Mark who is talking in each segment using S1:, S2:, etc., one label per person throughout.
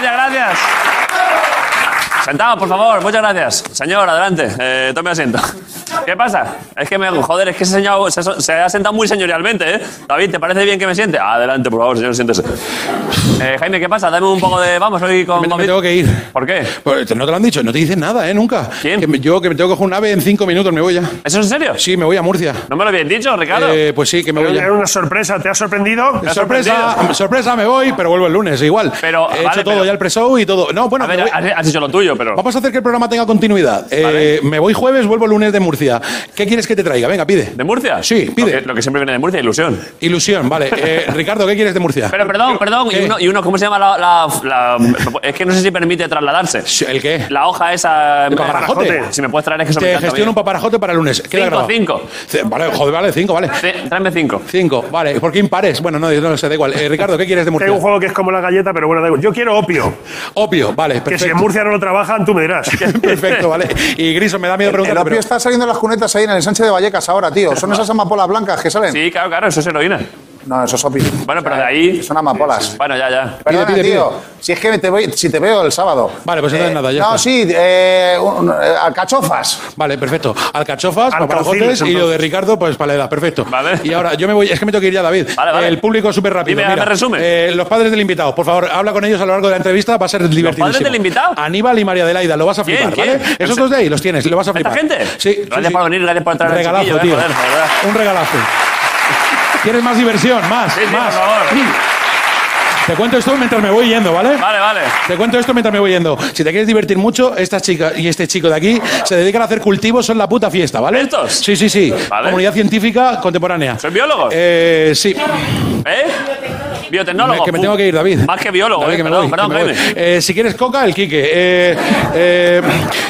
S1: gracias. Sentados, por favor, muchas gracias. Señor, adelante, eh, tome asiento. ¿Qué pasa? Es que me. Joder, es que ese señor se, se ha sentado muy señorialmente, ¿eh? David, ¿te parece bien que me siente? Adelante, por favor, señor, siéntese. Eh, Jaime, ¿qué pasa? Dame un poco de. Vamos, hoy con.
S2: Me, me
S1: David.
S2: tengo que ir.
S1: ¿Por qué?
S2: Pues, no te lo han dicho, no te dicen nada, ¿eh? Nunca.
S1: ¿Quién?
S2: Que me- yo que me tengo que coger un ave en cinco minutos, me voy ya.
S1: ¿Eso es en serio?
S2: Sí, me voy a Murcia.
S1: ¿No me lo habían dicho, Ricardo?
S2: Eh, pues sí, que me voy
S3: Era
S2: ya.
S3: una sorpresa, ¿te ha sorprendido?
S1: ha
S2: Sorpresa,
S1: sorprendido.
S2: sorpresa, me voy, pero vuelvo el lunes, igual.
S1: Pero,
S2: He
S1: vale,
S2: hecho todo
S1: pero-
S2: ya el pre-show y todo. No, bueno,
S1: a ver,
S2: me voy-
S1: has, has hecho lo tuyo, pero.
S2: vamos a hacer que el programa tenga continuidad. Eh,
S1: Vale.
S2: me voy jueves, vuelvo el lunes de Murcia. ¿Qué quieres que te traiga? Venga, pide.
S1: ¿De Murcia?
S2: Sí,
S1: Lo
S2: pide.
S1: que- Lo que, siempre viene de Murcia, ilusión.
S2: Ilusión, vale. Eh, Ricardo, ¿qué quieres de Murcia?
S1: Pero perdón, perdón. Y
S2: ¿Qué?
S1: uno, y uno, ¿cómo se llama la, la- la- Es que no sé si permite trasladarse.
S2: ¿El qué?
S1: La hoja esa.
S2: ¿El paparajote?
S1: Si me puedes traer, es que eso me
S2: Te
S1: encanta a mí.
S2: gestiono un paparajote para el lunes. Queda
S1: Cinco,
S2: grabado.
S1: cinco.
S2: C- Vale, joder, vale, cinco, vale.
S1: Sí, Tráeme cinco.
S2: Cinco, vale. ¿Por qué impares? Bueno, no, no sé, da igual. Eh, Ricardo, ¿qué quieres de
S3: Que hay un
S2: Murcia?
S3: juego que es como la galleta, pero bueno, da igual. Yo quiero opio.
S2: Opio, vale,
S3: Que si en
S2: perfecto.
S3: Murcia no lo trabajan, tú me dirás.
S2: Perfecto, vale. Y Griso, me da miedo
S4: El
S2: preguntarte,
S4: opio
S2: pero
S4: está saliendo en las cunetas ahí en el Sánchez de Vallecas ahora, tío. Son esas amapolas blancas que salen.
S1: Sí, claro, claro, eso es heroína.
S4: No, eso es opio.
S1: Bueno,
S4: O sea,
S1: pero de ahí.
S4: Son amapolas.
S1: Bueno, ya, ya.
S4: Perdona,
S2: Pide, pide,
S4: tío. Si es que te, voy- si te veo el sábado.
S2: Vale, pues entonces
S4: Eh,
S2: nada, ya
S4: No,
S2: está.
S4: sí, eh, un- eh, alcachofas.
S2: Vale, perfecto. Alcachofas,
S3: Alcauciles,
S2: paparajotes y lo
S3: entonces.
S2: de Ricardo, pues para la edad. Perfecto.
S1: Vale.
S2: Y ahora yo me voy, es que me tengo que ir ya, David.
S1: Vale, vale.
S2: El público es súper rápido.
S1: Dime,
S2: mira.
S1: hazme resumen.
S2: Eh, los padres del invitado, por favor, habla con ellos a lo largo de la entrevista, va a ser divertidísimo.
S1: del invitado?
S2: Aníbal y María Adelaida, lo vas a
S1: ¿Quién?
S2: flipar,
S1: ¿Quién?
S2: ¿vale? Esos dos de ahí los tienes, lo vas a
S1: ¿Esta
S2: flipar.
S1: gente?
S2: Sí. sí,
S1: Gracias
S2: sí.
S1: por venir, gracias por traer al
S2: Regalazo,
S1: chiquillo, eh,
S2: tío.
S1: joder, de verdad.
S2: Un regalazo. ¿Quieres más diversión? Más,
S1: Sí, sí,
S2: más.
S1: por favor.
S2: Te cuento esto mientras me voy yendo, ¿vale?
S1: Vale, vale.
S2: Te cuento esto mientras me voy yendo. Si te quieres divertir mucho, esta chica y este chico de aquí se dedican a hacer cultivos, son la puta fiesta, ¿vale?
S1: ¿Estos?
S2: Sí, sí, sí.
S1: Vale.
S2: Comunidad científica contemporánea.
S1: ¿Soy biólogo?
S2: Eh, sí.
S1: ¿Eh? Biotecnólogo.
S2: Me- que me tengo que ir, David.
S1: Más que biólogo,
S2: Dale,
S1: eh,
S2: que me
S1: perdón,
S2: voy,
S1: perdón,
S2: que me voy.
S1: Jaime.
S2: Eh, si quieres coca, el Quique. Eh, eh,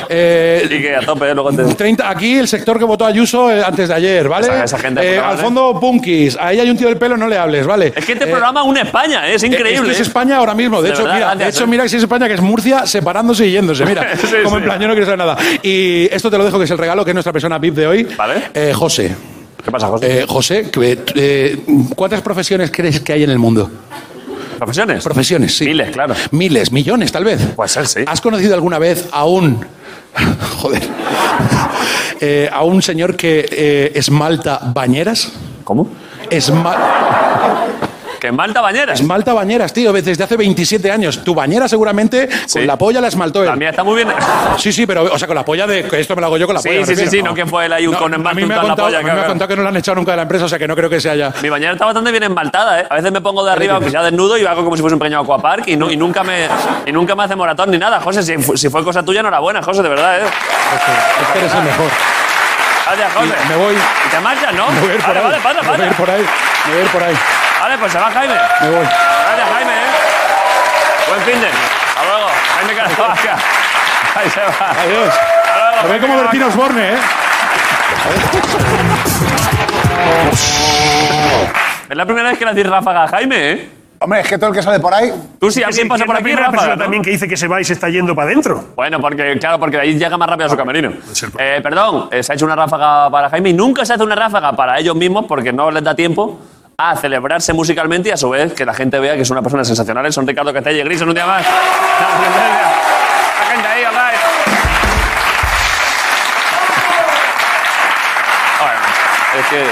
S2: eh,
S1: Y que a tope, eh, luego te.
S2: 30, aquí el sector que votó Ayuso eh, antes de ayer, ¿vale?
S1: Esa- esa gente
S2: Eh,
S1: puta,
S2: al
S1: ¿vale?
S2: fondo, punkis. Ahí hay un tío del pelo, no le hables, ¿vale?
S1: Es que este
S2: Eh,
S1: programa une España, eh, es increíble.
S2: esto es
S1: eh.
S2: España ahora mismo. De,
S1: De
S2: hecho,
S1: verdad,
S2: mira, de
S1: gracias,
S2: hecho,
S1: eh.
S2: mira que si es España, que es Murcia separándose y yéndose. Mira,
S1: Sí,
S2: como
S1: sí.
S2: en plan, yo no quiero saber nada. Y esto te lo dejo, que es el regalo, que es nuestra persona VIP de hoy.
S1: Vale.
S2: Eh, José.
S1: ¿Qué pasa, José?
S2: Eh, José, que, eh, ¿cuántas profesiones crees que hay en el mundo?
S1: ¿Profesiones?
S2: Profesiones, sí.
S1: Miles, claro.
S2: Miles, millones, tal vez.
S1: Puede ser, sí.
S2: ¿Has conocido alguna vez a un. Joder. Eh, a un señor que eh, esmalta bañeras?
S1: ¿Cómo?
S2: Esma-
S1: Que en Malta bañeras.
S2: esmalta bañeras, tío, desde hace 27 años. Tu bañera seguramente
S1: Sí.
S2: con la polla la esmaltó él.
S1: La mía está muy bien.
S2: Sí, sí, pero o sea, con la polla de. que Esto me lo hago yo con la
S1: Sí,
S2: polla. me
S1: sí, sí,
S2: Ah, refiero.
S1: sí, no que fue él ahí un con
S2: a
S1: esmalte
S2: mí me ha
S1: untando la
S2: contado-
S1: polla,
S2: a mí me
S1: claro,
S2: ha
S1: claro.
S2: contado que no la han echado nunca de la empresa, o sea que no creo que sea ya.
S1: Mi bañera está bastante bien esmaltada, ¿eh? A veces me pongo de arriba, aunque sea desnudo, y hago como si fuese un pequeño aquapark y, no- y, nunca, me, y nunca me hace moratón ni nada. José, si, fu- si fue cosa tuya, enhorabuena, José, de verdad, ¿eh?
S2: Es que eres el mejor.
S1: Gracias, José.
S2: Me voy.
S1: Y te marchas, ¿no?
S2: Me voy a ir por
S1: vale,
S2: ahí.
S1: vale, para,
S2: Me voy a ir
S1: para.
S2: por ahí. Me voy a ir por ahí.
S1: Vale, pues se va Jaime.
S2: Me voy.
S1: Gracias, Jaime, ¿eh? Buen fin de. Hasta luego. Jaime Caravaca. Ahí se va.
S2: Adiós.
S1: Hasta luego,
S2: Se ve
S1: Jaime
S2: como Bertino Osborne, ¿eh?
S1: Caravaca. Es la primera vez que le haces ráfaga a Jaime, ¿eh?
S4: Hombre, es que todo el que sale por ahí.
S1: Tú si alguien
S3: Sí,
S1: pasa
S3: que
S1: por
S3: es la
S1: aquí,
S3: primera
S1: ráfaga,
S3: persona
S1: ¿no?
S3: también que dice que se va y se está yendo para adentro.
S1: Bueno, porque claro, porque de ahí llega más rápido a su camerino.
S3: ser.
S1: Eh, perdón, eh, se ha hecho una ráfaga para Jaime y nunca se hace una ráfaga para ellos mismos porque no les da tiempo a celebrarse musicalmente y a su vez que la gente vea que es una persona sensacional. Son Ricardo Castella y Gris en un día más. La gente ahí, all right. Bueno, es que...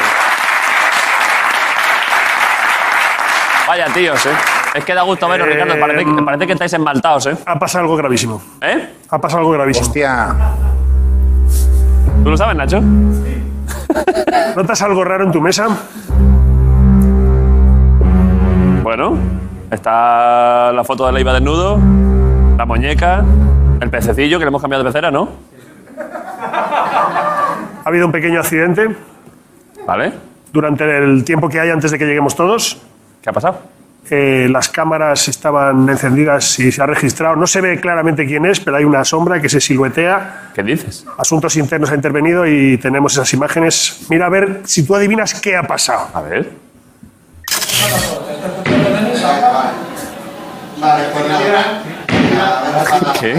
S1: Vaya tíos, ¿eh? Es que da gusto veros,
S3: Eh,
S1: Ricardo. Parece, que- parece que estáis enmaltados, ¿eh?
S3: Ha pasado algo gravísimo.
S1: ¿Eh?
S3: Ha pasado algo gravísimo.
S4: Hostia.
S1: ¿Tú lo sabes, Nacho?
S3: ¿Notas algo raro en tu mesa?
S1: Bueno, está la foto de la Leiva desnudo, la muñeca, el pececillo que le hemos cambiado de pecera, ¿no?
S3: ¿Ha habido un pequeño accidente
S1: ¿Vale?
S3: durante el tiempo que hay antes de que lleguemos todos?
S1: ¿Qué ha pasado?
S3: Eh, las cámaras estaban encendidas y se ha registrado. No se ve claramente quién es, pero hay una sombra que se siluetea.
S1: ¿Qué dices?
S3: Asuntos Internos ha intervenido y tenemos esas imágenes. Mira a ver si tú adivinas qué ha pasado.
S1: A ver. ¿Qué?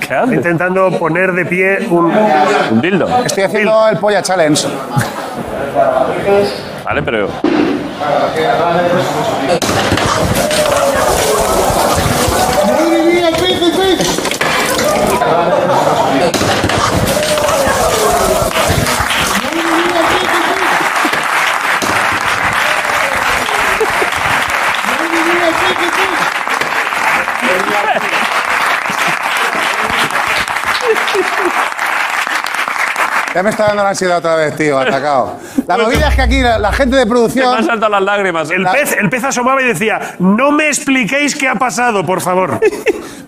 S1: ¿Qué haces?
S3: Intentando poner de pie un...
S1: Un dildo.
S4: Estoy haciendo el polla challenge.
S1: Vale, pero.
S4: Ya me está dando la ansiedad otra vez, tío, atacado. La movida es que aquí la, la gente de
S1: Me han
S4: producción.
S1: saltado las lágrimas.
S3: El pez, el pez asomaba y decía, no me expliquéis qué ha pasado, por favor.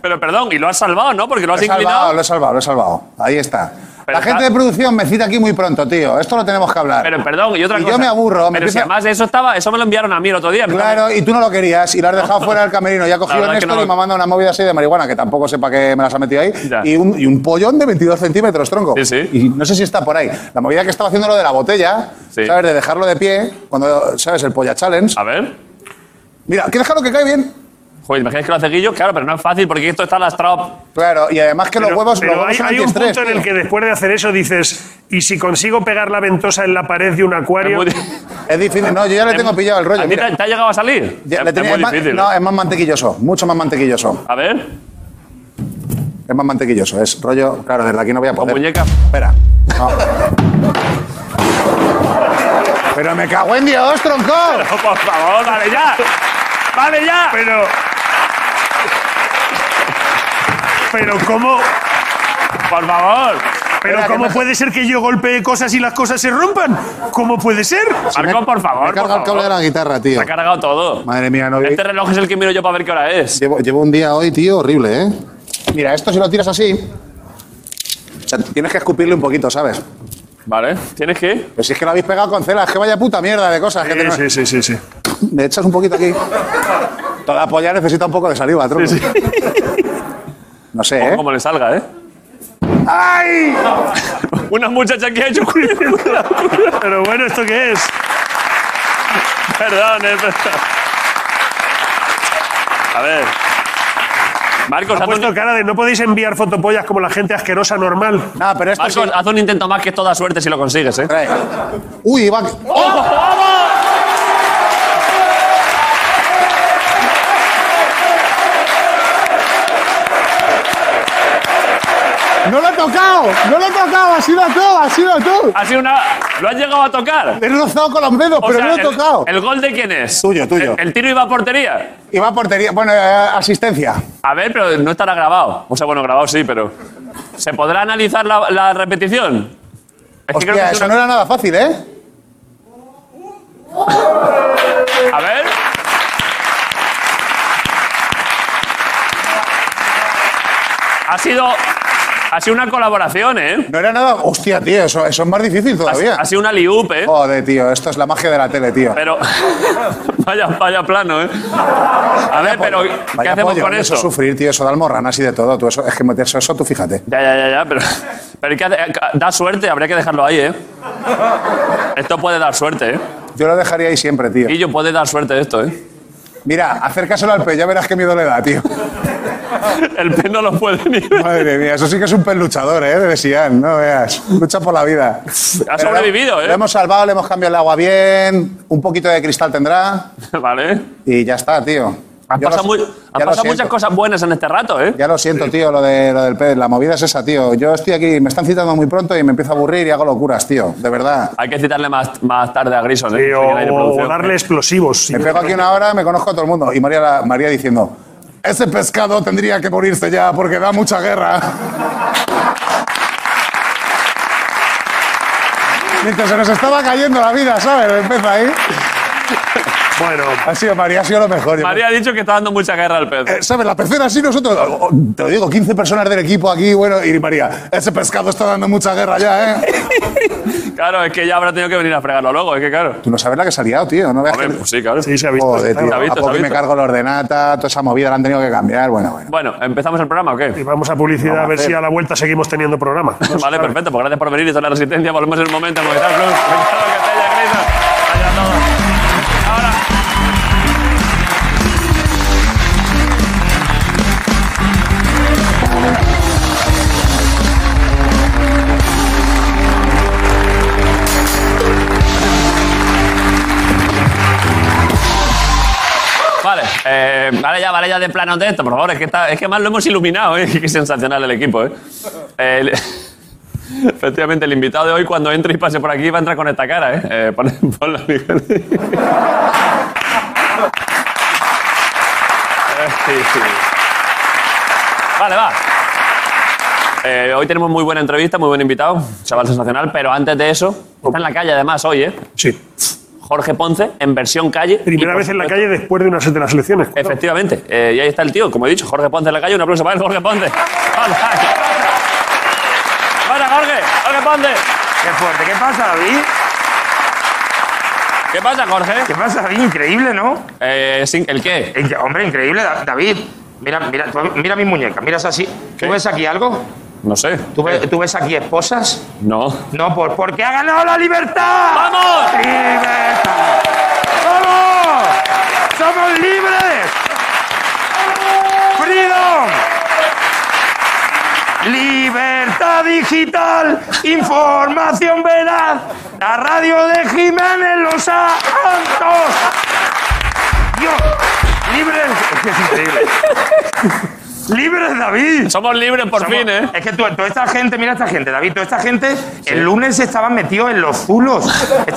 S1: Pero perdón, y lo has salvado, ¿no? Porque lo
S4: Lo
S1: has
S4: he salvado,
S1: inclinado.
S4: lo he salvado, lo he salvado. Ahí está.
S1: Pero
S4: la gente
S1: está-
S4: de producción me cita aquí muy pronto, tío. Esto lo tenemos que hablar.
S1: Pero perdón, y otra
S4: Y yo
S1: cosa.
S4: me aburro, me
S1: Pero si
S4: empieza-
S1: además eso estaba, eso me lo enviaron a mí el otro día.
S4: Claro, y tú no lo querías y lo has dejado fuera del camerino. Ya ha cogido
S1: La verdad es que
S4: Néstor
S1: no lo-
S4: y me ha mandado una movida así de marihuana, que tampoco sepa que me las ha metido ahí.
S1: Ya.
S4: Y un, y un pollón de 22 centímetros, tronco.
S1: Sí, sí.
S4: Y no sé si está por ahí. La movida que estaba haciendo lo de la botella,
S1: Sí. Ah.
S4: ¿sabes? De dejarlo de pie, cuando, ¿sabes? El polla challenge.
S1: A ver.
S4: Mira, que dejarlo que cae bien.
S1: Joder, imagináis que lo hace Guillo, claro, pero no es fácil porque esto está lastrado.
S4: Claro, y además que los
S3: Pero-
S4: huevos,
S3: pero
S4: los huevos
S3: hay,
S4: son
S3: hay un
S4: antiestrés,
S3: punto en
S4: tío.
S3: el que después de hacer eso dices, ¿y si consigo pegar la ventosa en la pared de un acuario?
S1: Es muy-
S4: Es difícil. No, yo ya le tengo pillado el rollo.
S1: Em, ¿A ti
S4: mira.
S1: te, te ha llegado a salir?
S4: Ya,
S1: es,
S4: le
S1: es
S4: tenía-
S1: muy
S4: es más-
S1: difícil.
S4: no,
S1: ¿eh?
S4: es más mantequilloso, mucho más mantequilloso.
S1: A ver,
S4: Es más mantequilloso, es rollo. Claro, desde aquí no voy a
S1: con
S4: poder.
S1: muñeca.
S4: Espera. No.
S1: Ah.
S4: Pero me cago en Dios, tronco.
S1: No, por favor, dale ya. ¡Vale ya!
S3: Pero. Pero cómo.
S1: Por favor.
S3: Pero
S4: Espera, que
S3: cómo
S4: no-
S3: puede ser que yo golpee cosas y las cosas se rompan. ¿Cómo puede ser?
S1: Marcón, por
S4: Me he
S1: favor. por
S4: cargado el cable
S1: favor.
S4: de la guitarra, tío.
S1: Se ha cargado todo.
S4: Madre mía, no vi-
S1: Este reloj es el que miro yo para ver qué hora es.
S4: Llevo, llevo un día hoy, tío, horrible, ¿eh? Mira, esto si lo tiras así. o sea, tienes que escupirle un poquito, ¿sabes?
S1: Vale. ¿Tienes que?
S4: Pero si es que lo habéis pegado con celas, que vaya puta mierda de cosas que tenemos.
S3: Sí, sí, sí, sí.
S4: Me echas un poquito aquí. Toda polla necesita un poco de saliva, tronco. No sé, ¿eh?
S1: Como le salga, ¿eh?
S4: ¡Ay!
S1: Una muchacha que ha hecho cuidado, cuidado, cuidado.
S3: Pero bueno, ¿esto qué es?
S1: Perdón, eh, perdón. A ver. Marcos,
S3: Ha
S1: haz
S3: puesto
S1: un,
S3: cara de no podéis enviar fotopollas como la gente asquerosa normal.
S4: Nada, pero esto
S1: Marcos,
S4: sí-
S1: haz un intento más que es toda suerte si lo consigues, ¿eh?
S4: Trae. Uy, va. ¡Oh! ¡No lo he tocado! ¡No lo he tocado! ¡Ha sido tú! ¡Ha sido tú!
S1: Ha sido una. Lo has llegado a tocar.
S4: He rozado con los dedos,
S1: O
S4: pero
S1: sea,
S4: no lo he
S1: el-
S4: tocado.
S1: El, gol de quién es?
S4: Tuyo, tuyo.
S1: El, el tiro iba a portería.
S4: Y va a portería. Bueno, eh, asistencia.
S1: A ver, pero no estará grabado. O sea, bueno, grabado sí, pero. ¿Se podrá analizar la, la repetición? Es que creo que
S4: Hostia,
S1: es
S4: eso
S1: una-
S4: no era nada fácil, ¿eh?
S1: A ver. Ha sido. Ha sido una colaboración, ¿eh?
S4: No era nada. Hostia, tío, eso, eso es más difícil
S1: Ha,
S4: todavía.
S1: ha sido una liup, ¿eh?
S4: Joder, tío, esto es la magia de la tele, tío.
S1: Pero. vaya, vaya plano, ¿eh? A ver, pero. ¿Qué
S4: Vaya
S1: hacemos
S4: pollo,
S1: con
S4: hombre,
S1: eso?
S4: sufrir, tío, eso da almorranas y de todo. Tú, eso, es que meterse eso, tú fíjate.
S1: Ya, ya, ya, ya, pero. Pero ¿qué hace? da suerte, habría que dejarlo ahí, ¿eh? Esto puede dar suerte, ¿eh?
S4: Yo lo dejaría ahí siempre, tío.
S1: Guillo, puede dar suerte esto, ¿eh?
S4: Mira, acércaselo al pez, ya verás qué miedo le da, tío.
S1: El pez no lo puede ni.
S4: Madre mía, eso sí que es un pez luchador, ¿eh? De Besián, no veas. Lucha por la vida.
S1: Ha
S4: Pero
S1: sobrevivido,
S4: lo-
S1: ¿eh?
S4: Lo hemos salvado, le hemos cambiado el agua bien, un poquito de cristal tendrá
S1: Vale. ¿eh?
S4: y ya está, tío.
S1: Han
S4: Ya lo-
S1: pasado, muy-
S4: ya
S1: han
S4: lo
S1: pasado
S4: siento.
S1: muchas cosas buenas en este rato, ¿eh?
S4: Ya lo siento, tío, lo, de, lo del pez. La movida es esa, tío. Yo estoy aquí, me están citando muy pronto y me empiezo a aburrir y hago locuras, tío. De verdad.
S1: Hay que citarle más, más tarde a Grison, ¿eh?
S3: Eh,
S1: Sí, la
S3: o, o
S1: producción.
S3: darle explosivos. sí.
S4: Me pego aquí una hora, me conozco a todo el mundo. Y María, la- María diciendo, ese pescado tendría que morirse ya porque da mucha guerra. Mientras se nos estaba cayendo la vida, ¿sabes? Empieza ahí.
S3: Bueno,
S4: Ha sido María, ha sido lo mejor. Yo-
S1: María ha dicho que está dando mucha guerra al pez.
S4: Eh, ¿Sabes? La pecera así nosotros, o- o- te lo digo, 15 personas del equipo aquí, bueno, y María, ese pescado está dando mucha guerra ya, ¿eh?
S1: Claro, es que ya habrá tenido que venir a fregarlo luego, es que claro.
S4: Tú no sabes la que se ha liado, tío, no veas
S1: Hombre,
S4: que-
S1: pues sí, claro.
S3: sí, se ha visto.
S4: Joder, tío,
S1: Se ha visto,
S4: a
S1: se ha
S4: poco y me
S1: visto.
S4: cargo los de nata, toda esa movida la han tenido que cambiar, bueno, bueno.
S1: Bueno, ¿empezamos el programa o qué?
S3: Y vamos a publicidad a ver
S4: hacer.
S3: si a la vuelta seguimos teniendo programa.
S1: Vale, perfecto. Pues gracias por venir. Esto es La Resistencia. Volvemos en un momento. a Movistar Plus. Ricardo Castella, Grisa. Gracias a todos. Ahora. Vale, eh, Eh, vale ya, vale ya de planos de esto, por favor. Es que, está- es que más lo hemos iluminado, ¿eh? Qué sensacional el equipo, ¿eh? El- efectivamente, el invitado de hoy, cuando entre y pase por aquí, va a entrar con esta cara, ¿eh? eh pon, ponlo, Miguel. Eh, Vale, va. Eh, hoy tenemos muy buena entrevista, muy buen invitado, chaval sensacional, pero antes de eso, está en la calle además hoy, ¿eh?
S3: Sí.
S1: Jorge Ponce, en versión calle.
S3: Primera
S1: Y, por
S3: vez en la
S1: supuesto,
S3: calle después de unas de las elecciones.
S1: Efectivamente. Eh, y ahí está el tío, como he dicho, Jorge Ponce en la calle. Un aplauso para él, Jorge Ponce. Vamos. Bueno, Jorge, Jorge Ponce.
S5: Qué fuerte. ¿Qué pasa, David?
S1: ¿Qué pasa, Jorge?
S5: ¿Qué pasa, David? Increíble, ¿no?
S1: Eh, sin- ¿El qué?
S5: Inque- hombre, increíble, Da- David. Mira, mira, tú- mira mi muñeca, miras así.
S1: ¿Qué?
S5: ¿Tú ves aquí algo?
S1: No sé.
S5: ¿Tú, ve- tú ves aquí esposas?
S1: No.
S5: No, por, porque ha ganado la libertad.
S1: ¡Vamos!
S5: ¡Libertad! ¡Vamos! ¡Somos libres! ¡Freedom! ¡Libertad digital! ¡Información veraz! ¡La radio de Jiménez Los Santos! ¡Dios! ¡Libres! Es que es increíble. ¡Libres, David!
S1: Somos libres por
S5: Somos-
S1: fin, ¿eh?
S5: Es que tú- toda esta gente, mira esta gente, David, toda esta gente el lunes estaban metidos en los zulos.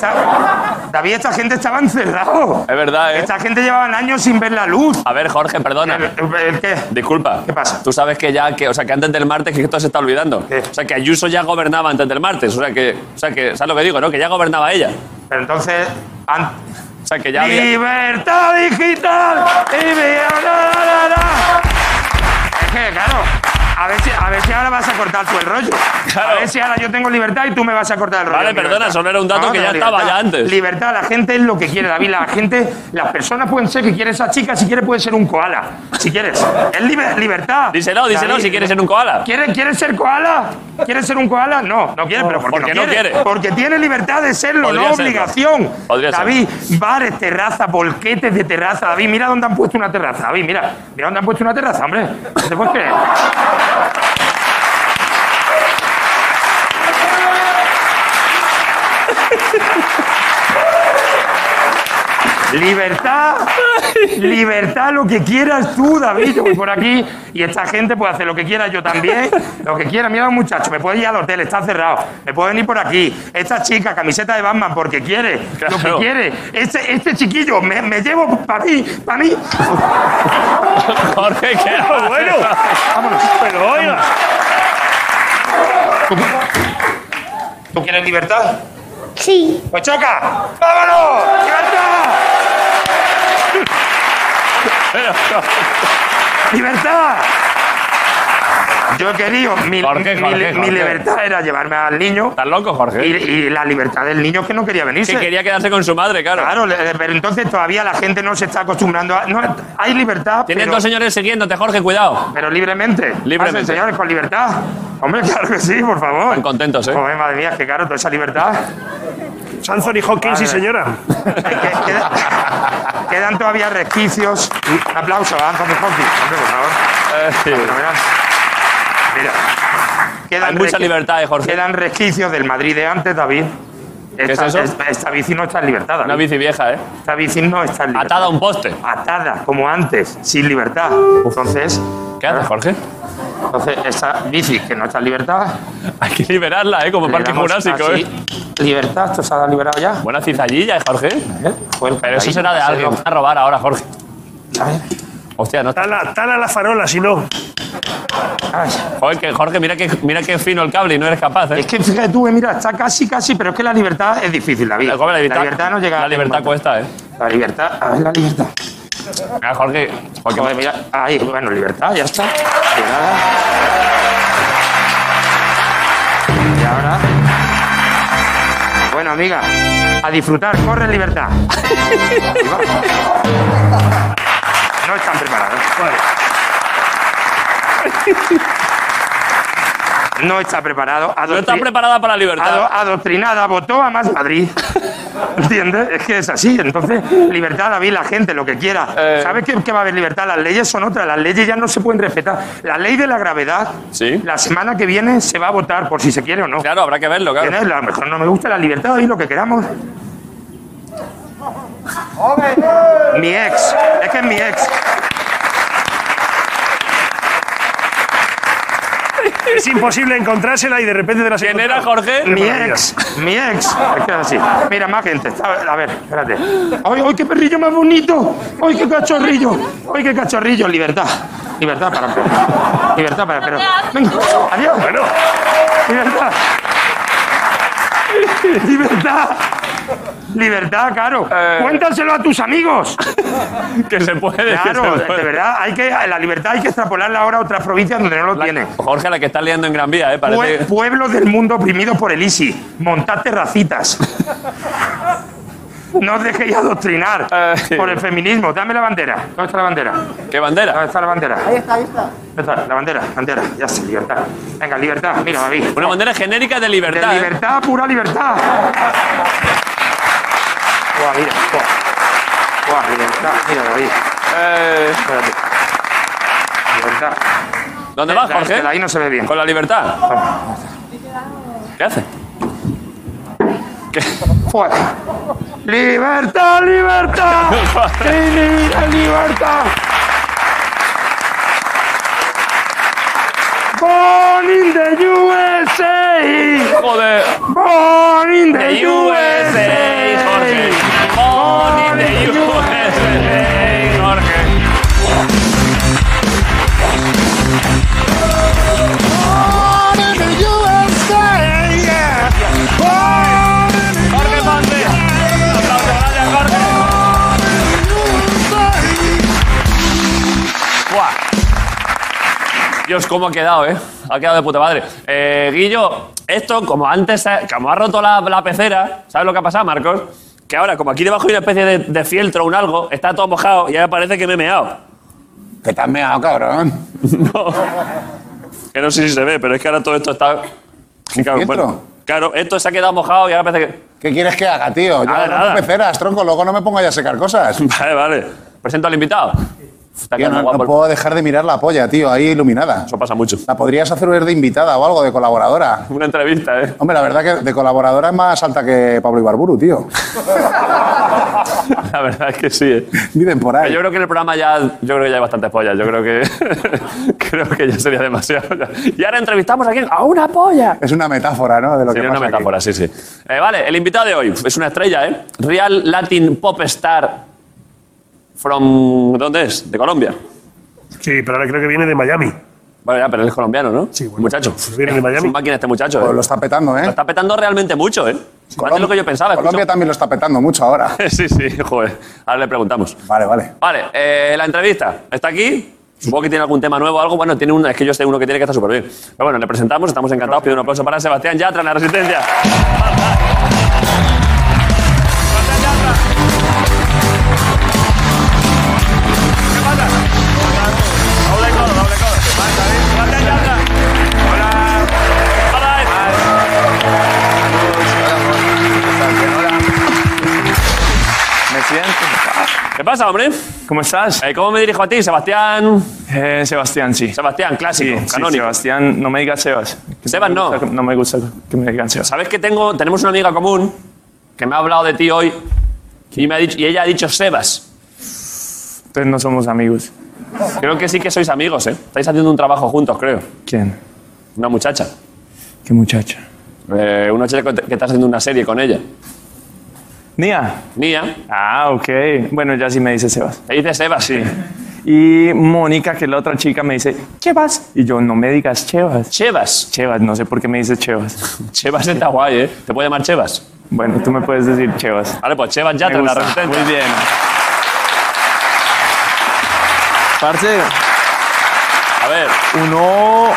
S5: Esta- David, esta gente estaba encerrado.
S1: Es verdad, ¿eh?
S5: Esta gente llevaban años sin ver la luz.
S1: A ver, Jorge,
S5: El,
S1: perdona.
S5: el qué?
S1: Disculpa.
S5: ¿Qué pasa?
S1: Tú sabes que ya, que, o sea, que antes del martes que esto se está olvidando.
S5: ¿Qué?
S1: O sea, que Ayuso ya gobernaba antes del martes. O sea, que, o sea, que, ¿sabes lo que digo, no? Que ya gobernaba ella.
S5: Pero entonces. an-
S1: O sea, que ya había...
S5: ¡Libertad digital! Y mira, la, la, la, la. Es que, claro, a ver, si, a ver si ahora vas a cortar tú el rollo. A
S1: Claro.
S5: ver si ahora yo tengo libertad y tú me vas a cortar el rollo.
S1: Vale,
S5: de mi
S1: perdona,
S5: libertad.
S1: solo era un dato que
S5: de
S1: ya
S5: la
S1: estaba ya antes.
S5: Libertad, la gente es lo que quiere, David. La gente, las personas pueden ser que quiere esa chica, si quiere puede ser un koala. Si quieres. Es liber- libertad.
S1: Díselo, díselo
S5: David,
S1: si quieres ser un koala.
S5: ¿Quiere, ¿Quiere ser koala? ¿Quiere ser un koala? No, no quiere, pero porque,
S1: porque
S5: no,
S1: no
S5: quiere.
S1: quiere.
S5: Porque tiene libertad de serlo,
S1: Podría
S5: no
S1: serlo.
S5: obligación.
S1: Podría serlo.
S5: David, bares, terrazas, volquetes de terraza. David, mira dónde han puesto una terraza. David, mira, mira dónde han puesto una terraza, hombre. No te puedes creer. Libertad, libertad, lo que quieras tú, David. Yo voy por aquí y esta gente puede hacer lo que quiera, yo también, lo que quiera. Mira, muchacho, me puede ir al hotel, está cerrado. Me puede venir por aquí. Esta chica, camiseta de Batman, porque quiere, lo que
S1: Claro.
S5: quiere. Este, este chiquillo, me, me llevo para mí, para mí.
S1: Jorge, ¿qué haces?
S3: Bueno, vámonos. Pero oiga.
S5: ¿Tú quieres libertad?
S6: Sí.
S5: ¡Pues choca! ¡Vámonos! ¡Libertad! ¡Libertad! Yo he querido, mi,
S1: Jorge,
S5: mi-
S1: Jorge,
S5: mi
S1: Jorge.
S5: libertad era llevarme al niño
S1: ¿Estás loco,
S5: y,
S1: Jorge?
S5: y la libertad del niño que no quería venirse.
S1: Que quería quedarse con su madre, claro.
S5: Claro, le- pero entonces todavía la gente no se está acostumbrando a... no, hay libertad,
S1: Tienes
S5: pero,
S1: dos señores siguiéndote, Jorge, cuidado.
S5: pero libremente.
S1: Libremente.
S5: Pasen, señores, con libertad. Hombre, claro que sí, por favor.
S1: Están contentos, ¿eh?
S5: Joder, madre mía, es que claro, toda esa libertad...
S3: Anthony Hopkins, sí,
S5: Vale.
S3: señora.
S5: Que- queda- quedan todavía resquicios. Un aplauso a Anthony Hopkins. Hombre, por favor.
S1: Eh, sí.
S5: Fenomenal. Mira. Quedan
S1: Hay mucha
S5: resqui-
S1: libertad, eh, Jorge.
S5: Quedan resquicios del Madrid de antes, David.
S1: es
S5: Esta,
S1: eso?
S5: esta- esta bici no está en libertad,
S1: Una
S5: David.
S1: bici vieja, ¿eh?
S5: Esta bici no está en libertad.
S1: Atada a un poste.
S5: Atada, como antes, sin libertad. Entonces,
S1: ¿Qué haces,
S5: Ah.
S1: Jorge?
S5: entonces, esta bici que no está en libertad.
S1: Hay que liberarla, ¿eh? Como
S5: le
S1: parque
S5: damos
S1: jurásico,
S5: así.
S1: ¿eh?
S5: Libertad, esto se ha liberado ya.
S1: Buena cizallilla, ¿eh, Jorge?
S5: ¿Eh? Fue el
S1: Pero eso
S5: cocaína,
S1: será de
S5: se
S1: alguien. Van a robar ahora, Jorge.
S5: dio. A ver.
S1: Hostia, no está.
S3: Tala, tala la farola, si no.
S5: Ay.
S1: Joder, que- Jorge, mira que, mira que fino el cable y no eres capaz,
S5: Es
S1: ¿eh?
S5: que fíjate tú, eh, mira, está casi, casi, pero es que la libertad es difícil, David.
S1: Joder, La libertad,
S5: no llega.
S1: La libertad cuesta, ¿eh?
S5: La libertad, a ver, la libertad.
S1: Mira, Jorge. Jorge,
S5: Joder, mira, ahí, bueno, libertad, ya está. De nada. Y ahora. Bueno, amiga, a disfrutar, corre en libertad. Ahí va. No están preparados. No está preparado.
S1: no estás
S5: Adoctri-
S1: preparada para la libertad.
S5: Ado- adoctrinada, votó a más Madrid. ¿Entiendes? Es que es así. Entonces, libertad, David, la gente, lo que quiera.
S1: Eh.
S5: ¿Sabes qué, qué va a haber libertad? Las leyes son otras. Las leyes ya no se pueden respetar. La ley de la gravedad,
S1: Sí.
S5: la semana que viene se va a votar por si se quiere o no.
S1: Claro, habrá que verlo, claro.
S5: ¿Entiendes? A lo mejor no me gusta la libertad, David, lo que queramos. Mi ex, es que es mi ex.
S3: Es imposible encontrársela y de repente te la has
S1: ¿Quién era,
S3: encontrado.
S1: Jorge?
S3: Qué
S5: Mi
S3: maravilla.
S5: ex, mi ex. Es que es así. Mira, más gente. está- A ver, espérate. ¡Ay, ay, qué perrillo más bonito! ¡Ay, qué cachorrillo! ¡Ay, qué cachorrillo! Libertad. Libertad para Libertad para pero. Venga, adiós.
S3: Bueno,
S5: Libertad. Libertad. Libertad, claro. Cuéntaselo a tus amigos.
S1: Que se puede. que
S5: Claro,
S1: se puede.
S5: de verdad, hay que, la libertad hay que extrapolarla ahora a otras provincias donde no lo tienen.
S1: Jorge, la que está liando en Gran Vía, ¿eh?
S5: Pue-
S1: Parece...
S5: pueblos del mundo oprimidos por el ISIS. Montad terracitas. No os dejéis adoctrinar
S1: Eh.
S5: por el feminismo. Dame la bandera. ¿Dónde está la bandera?
S1: ¿Qué bandera?
S5: ¿Dónde está la bandera? Ahí está, ahí está. La bandera, bandera. Ya está, libertad. Venga, libertad. Mira, David.
S1: Una bandera genérica de
S5: De
S1: libertad. ¿eh?
S5: libertad, pura libertad. Buah, mira. Buah, Buah, libertad. Mira, David.
S1: Eh.
S5: Espérate. Libertad.
S1: ¿Dónde vas,
S5: La-
S1: Jorge?
S5: la- Ahí no se ve bien.
S1: Con la libertad. ¿Qué hace?
S5: Fuera. Libertad, libertad. Li- libertad. Born in the USA.
S1: Joder.
S5: Born in the,
S1: The USA,
S5: USA.
S1: Jorge. Born in the USA, Jorge. Jorge Ponte. Un aplauso, gracias, Jorge. Buah. Dios, cómo ha quedado, ¿eh? Ha quedado de puta madre. Eh, Guillo, esto, como antes, eh, como ha roto la, la pecera, ¿sabes lo que ha pasado, Marcos? Que ahora, como aquí debajo hay una especie de, de fieltro, un algo, está todo mojado y ahora parece que me he meado.
S4: Que te has meado, cabrón.
S1: No. Que no sé si se ve, pero es que ahora todo esto está. Claro,
S4: filtro?
S1: claro, esto se ha quedado mojado y ahora parece que.
S4: ¿Qué quieres que haga, tío? Yo
S1: Nada,
S4: hago
S1: nada.
S4: peceras, tronco, luego no me pongo ya a secar cosas.
S1: Vale, vale. Presento al invitado. Está
S4: Tío,
S1: quedando
S4: no, no
S1: guapo.
S4: puedo dejar de mirar la polla, tío, ahí iluminada.
S1: Eso pasa mucho.
S4: La podrías hacer ver de invitada o algo, de colaboradora.
S1: Una entrevista, ¿eh?
S4: Hombre, la verdad que de colaboradora es más alta que Pablo Ibarburu, tío.
S1: La verdad es que sí, ¿eh?
S4: Dicen por ahí.
S1: Yo creo que en el programa ya, yo creo que ya hay bastantes pollas. Yo creo que, creo que ya sería demasiado. Y ahora entrevistamos a quién? A una polla.
S4: Es una metáfora, ¿no? De lo que
S1: Sería
S4: pasa
S1: una
S4: aquí.
S1: metáfora, sí, sí. Eh, vale, el invitado de hoy es una estrella, ¿eh? Real Latin Pop Star from... ¿Dónde es? De Colombia.
S3: sí, pero ahora creo que viene de Miami.
S1: Bueno, ya, pero él es colombiano, ¿no?
S3: Sí, bueno.
S1: Muchacho.
S3: Viene de
S1: Es un
S3: Miami.
S1: máquina este muchacho,
S4: Pues
S1: ¿eh?
S4: lo está petando, ¿eh?
S1: Lo está petando realmente mucho, ¿eh? Más de lo que yo pensaba. escucho.
S4: Colombia también lo está petando mucho ahora.
S1: Sí, sí, joder. Ahora le preguntamos.
S4: Vale, vale.
S1: Vale, eh, la entrevista está aquí. Supongo que tiene algún tema nuevo o algo. Bueno, tiene uno, es que yo sé uno que tiene que estar súper bien. Pero bueno, le presentamos, estamos encantados. Pido un aplauso para Sebastián Yatra en la Resistencia. Sebastián Yatra. ¿Qué pasa? Doble codo, doble codo. Sebastián Yatra. Hola.
S6: Me siento.
S1: ¿Qué pasa, hombre?
S6: ¿Cómo estás?
S1: Eh, ¿Cómo me dirijo a ti, Sebastián?
S6: Eh, Sebastián, sí.
S1: Sebastián,
S6: Sí,
S1: clásico,
S6: sí,
S1: canónico.
S6: Sebastián, no me digas Sebas. Que
S1: Sebas,
S6: me
S1: no.
S6: gusta que- no me gusta que me digan Sebas.
S1: ¿Sabes que tengo, tenemos una amiga común que me ha hablado de ti hoy y, me ha dicho, y ella ha dicho Sebas?
S6: Entonces no somos amigos.
S1: Creo que sí que sois amigos, ¿eh? Estáis haciendo un trabajo juntos, creo.
S6: ¿Quién?
S1: Una muchacha.
S6: ¿Qué muchacha?
S1: Eh, una chica que está haciendo una serie con ella.
S6: Nia.
S1: Nia,
S6: Ah, ok. Bueno, ya sí me dice Sebas.
S1: te dice Sebas, sí.
S6: Y Mónica, que es la otra chica, me dice Chevas. Y yo, no me digas Chevas.
S1: Chevas.
S6: Chevas, no sé por qué me dices Chevas.
S1: Chevas está guay, ¿eh? Te puede llamar Chevas.
S6: Bueno, tú me puedes decir Chevas.
S1: Vale, pues Chevas ya
S6: Me
S1: en la
S6: gusta.
S1: resistencia.
S6: Muy bien. Parce,
S1: A ver,
S6: uno,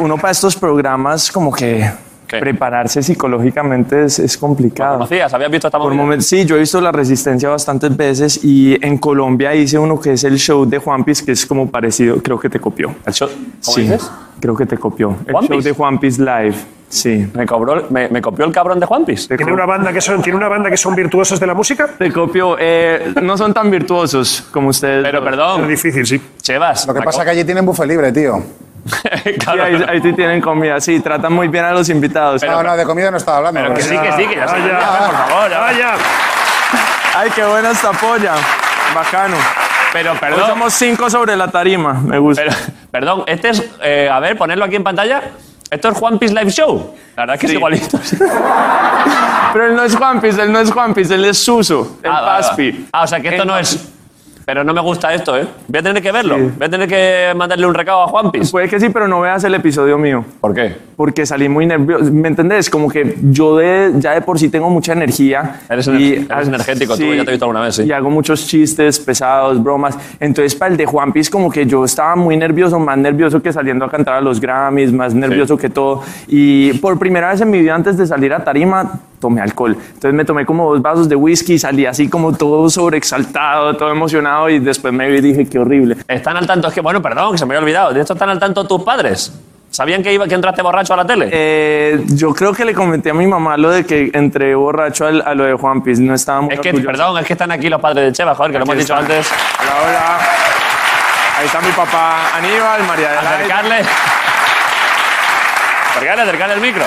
S6: uno para estos programas como que
S1: ¿Qué?
S6: prepararse psicológicamente es, es complicado.
S1: ¿conocías? ¿Habías visto esta
S6: Ah. Por
S1: movida?
S6: momentos, sí, yo he visto La Resistencia bastantes veces y en Colombia hice uno que es el show de Juanpis, que es como parecido, creo que te copió.
S1: El show- ¿Cómo
S6: sí,
S1: dices?
S6: creo que te copió. El
S1: ¿Juanpis?
S6: show de Juanpis Live, sí.
S1: Me, cobró, me, me copió el cabrón de Juanpis.
S6: Te,
S3: ¿Tiene
S6: co-
S3: una, banda que son, ¿Tiene una banda que son virtuosos de la música?
S6: te copió. Eh, no son tan virtuosos como ustedes.
S1: Pero
S6: dos.
S3: Es
S1: perdón,
S3: difícil, sí.
S1: Chevas.
S4: Lo que pasa es que allí tienen buffet libre, tío.
S1: que...
S6: Sí,
S1: claro,
S6: ahí, ahí sí tienen comida, sí, tratan muy bien a los invitados.
S4: No, no, de comida no estaba hablando.
S1: pero que
S4: pero
S1: sí, que sí, que ya
S6: Ah,
S1: se
S3: Vaya.
S1: entiende, por favor. ya va.
S3: ¡Vaya!
S6: Ay, qué buena esta polla. Bacano.
S1: Pero
S6: Hoy
S1: perdón.
S6: Pues somos cinco sobre la tarima, me gusta.
S1: Pero, Perdón, este es. eh, a ver, ponerlo aquí en pantalla. Esto es Juan Piece Live Show. La verdad es que es
S6: Sí.
S1: igualito.
S6: Pero él no es Juanpis, él no es Juanpis, él es Suso, el
S1: Ah, vale, vale.
S6: Paspi.
S1: Ah, o sea que esto
S6: El-
S1: no es. Pero no me gusta esto, ¿eh? Voy a tener que verlo. Voy a tener que mandarle un recado a Juan Piece.
S6: Puede que sí, pero no veas el episodio mío.
S1: ¿Por qué?
S6: porque salí muy nervioso. ¿Me entendés? Como que yo de, ya de por sí tengo mucha energía.
S1: Eres ener- eres energético, tú, ya te he visto alguna vez, sí.
S6: Y hago muchos chistes pesados, bromas. Entonces, para el de Juan Piz, como que yo estaba muy nervioso, más nervioso que saliendo a cantar a los Grammys, más nervioso que todo. Y por primera vez en mi vida, antes de salir a Tarima, tomé alcohol. Entonces me tomé como dos vasos de whisky, salí así como todo sobreexaltado, todo emocionado y después me vi y dije, qué horrible.
S1: Están al tanto. Es que, bueno, perdón, que se me había olvidado. De esto están al tanto tus padres. ¿Sabían que, iba, que entraste borracho a la tele?
S6: Eh, yo creo que le comenté a mi mamá lo de que entré borracho al- a lo de Juan Piz. No estaba muy
S1: es que,
S6: orgulloso.
S1: perdón, es que están aquí los padres de Cheva, joder, que lo hemos
S6: Aquí
S1: dicho
S6: están.
S1: antes.
S6: Hola, hola. Ahí está mi papá Aníbal, María de la
S1: Acercarle. Acercarle, acercarle el micro.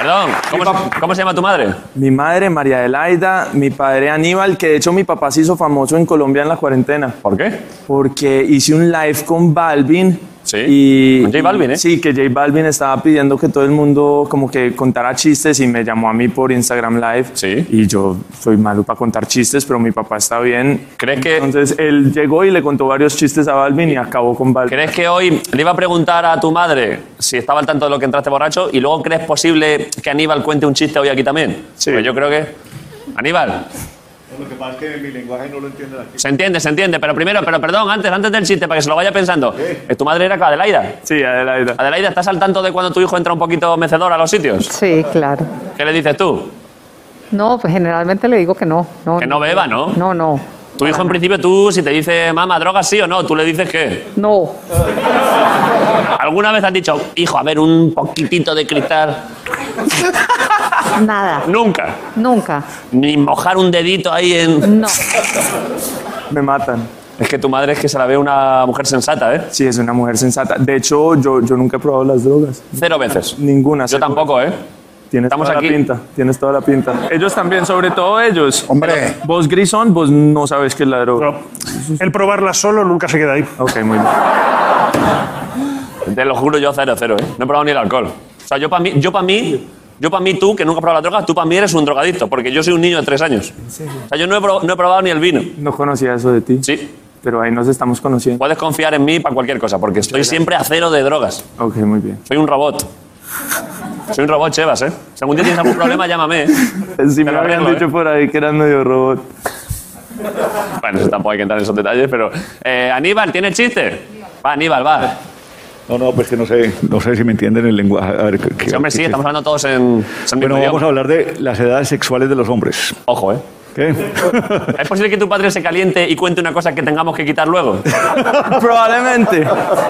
S1: Perdón, ¿cómo, se- cómo se llama tu madre?
S6: Mi madre, María Adelaida, mi padre Aníbal, que de hecho mi papá se hizo famoso en Colombia en la cuarentena,
S1: ¿Por qué?
S6: porque hice un live con Balvin.
S1: Sí,
S6: y,
S1: con J Balvin, ¿eh?
S6: Sí, que J Balvin estaba pidiendo que todo el mundo como que contara chistes y me llamó a mí por Instagram Live.
S1: Sí.
S6: Y yo soy malo para contar chistes, pero mi papá está bien.
S1: ¿Crees que-
S6: Entonces él llegó y le contó varios chistes a Balvin y acabó con Balvin.
S1: ¿Crees que hoy le iba a preguntar a tu madre si estaba al tanto de lo que entraste borracho y luego crees posible que Aníbal cuente un chiste hoy aquí también? Sí. yo creo que. Aníbal.
S7: Lo que pasa es que mi lenguaje no lo entiende la chica.
S1: Se entiende, se entiende, pero primero, pero perdón, antes, antes del chiste, para que se lo vaya pensando. Eh, ¿Tu madre era Adelaida?
S6: Sí, Adelaida.
S1: Adelaida, ¿estás al tanto de cuando tu hijo entra un poquito mecedor a los sitios?
S8: Sí, claro.
S1: ¿Qué le dices tú?
S8: No, pues generalmente le digo que no. no
S1: Que no beba, ¿no?
S8: No, no.
S1: Tu hijo, en principio, tú, si te dice, mamá, droga sí o no, tú le dices que.
S8: No.
S1: ¿Alguna vez has dicho, hijo, a ver, un poquitito de cristal?
S8: Nada.
S1: Nunca.
S8: Nunca.
S1: Ni mojar un dedito ahí en.
S8: No.
S6: Me matan.
S1: Es que tu madre es que se la ve una mujer sensata, ¿eh?
S6: Sí, es una mujer sensata. De hecho, yo, yo nunca he probado las drogas.
S1: Cero veces.
S6: Ninguna.
S1: Yo
S6: seguro.
S1: tampoco, ¿eh?
S6: Tienes
S1: Estamos
S6: toda
S1: aquí.
S6: la pinta. Tienes toda la pinta. Ellos también, sobre todo ellos.
S4: Hombre.
S6: Vos, Grisón, vos no sabes qué es la droga.
S3: No. El probarla solo nunca se queda ahí.
S6: Ok, muy bien.
S1: Te lo juro, yo cero, cero, ¿eh? No he probado ni el alcohol. O sea, yo para mí, yo para mí, yo para mí, tú, que nunca has probado la droga, tú para mí eres un drogadicto, porque yo soy un niño de tres años. O sea, yo no he, prob- no he probado ni el vino.
S6: No conocía eso de ti.
S1: Sí.
S6: Pero ahí nos estamos conociendo.
S1: Puedes confiar en mí para cualquier cosa, porque estoy siempre a cero de drogas.
S6: Ok, muy bien.
S1: Soy un robot. Soy un robot, Chevas, ¿eh? Si algún día tienes algún problema, llámame. ¿eh?
S6: Sí, me
S1: lo
S6: habían
S1: arreglo, ¿eh?
S6: dicho por ahí que eras medio robot.
S1: Bueno, eso tampoco hay que entrar en esos detalles, pero... eh, Aníbal, ¿tiene chiste? Va, Aníbal, va.
S7: No, no, pues que no sé, no sé si me entienden el lenguaje. A ver, ¿qué- qué-
S1: Sí, hombre, sí,
S7: qué-
S1: estamos hablando todos en... en
S7: Bueno,
S1: idioma.
S7: vamos a hablar de las edades sexuales de los hombres.
S1: Ojo, ¿eh?
S7: ¿Qué?
S1: ¿Es posible que tu padre se caliente y cuente una cosa que tengamos que quitar luego?
S6: Probablemente.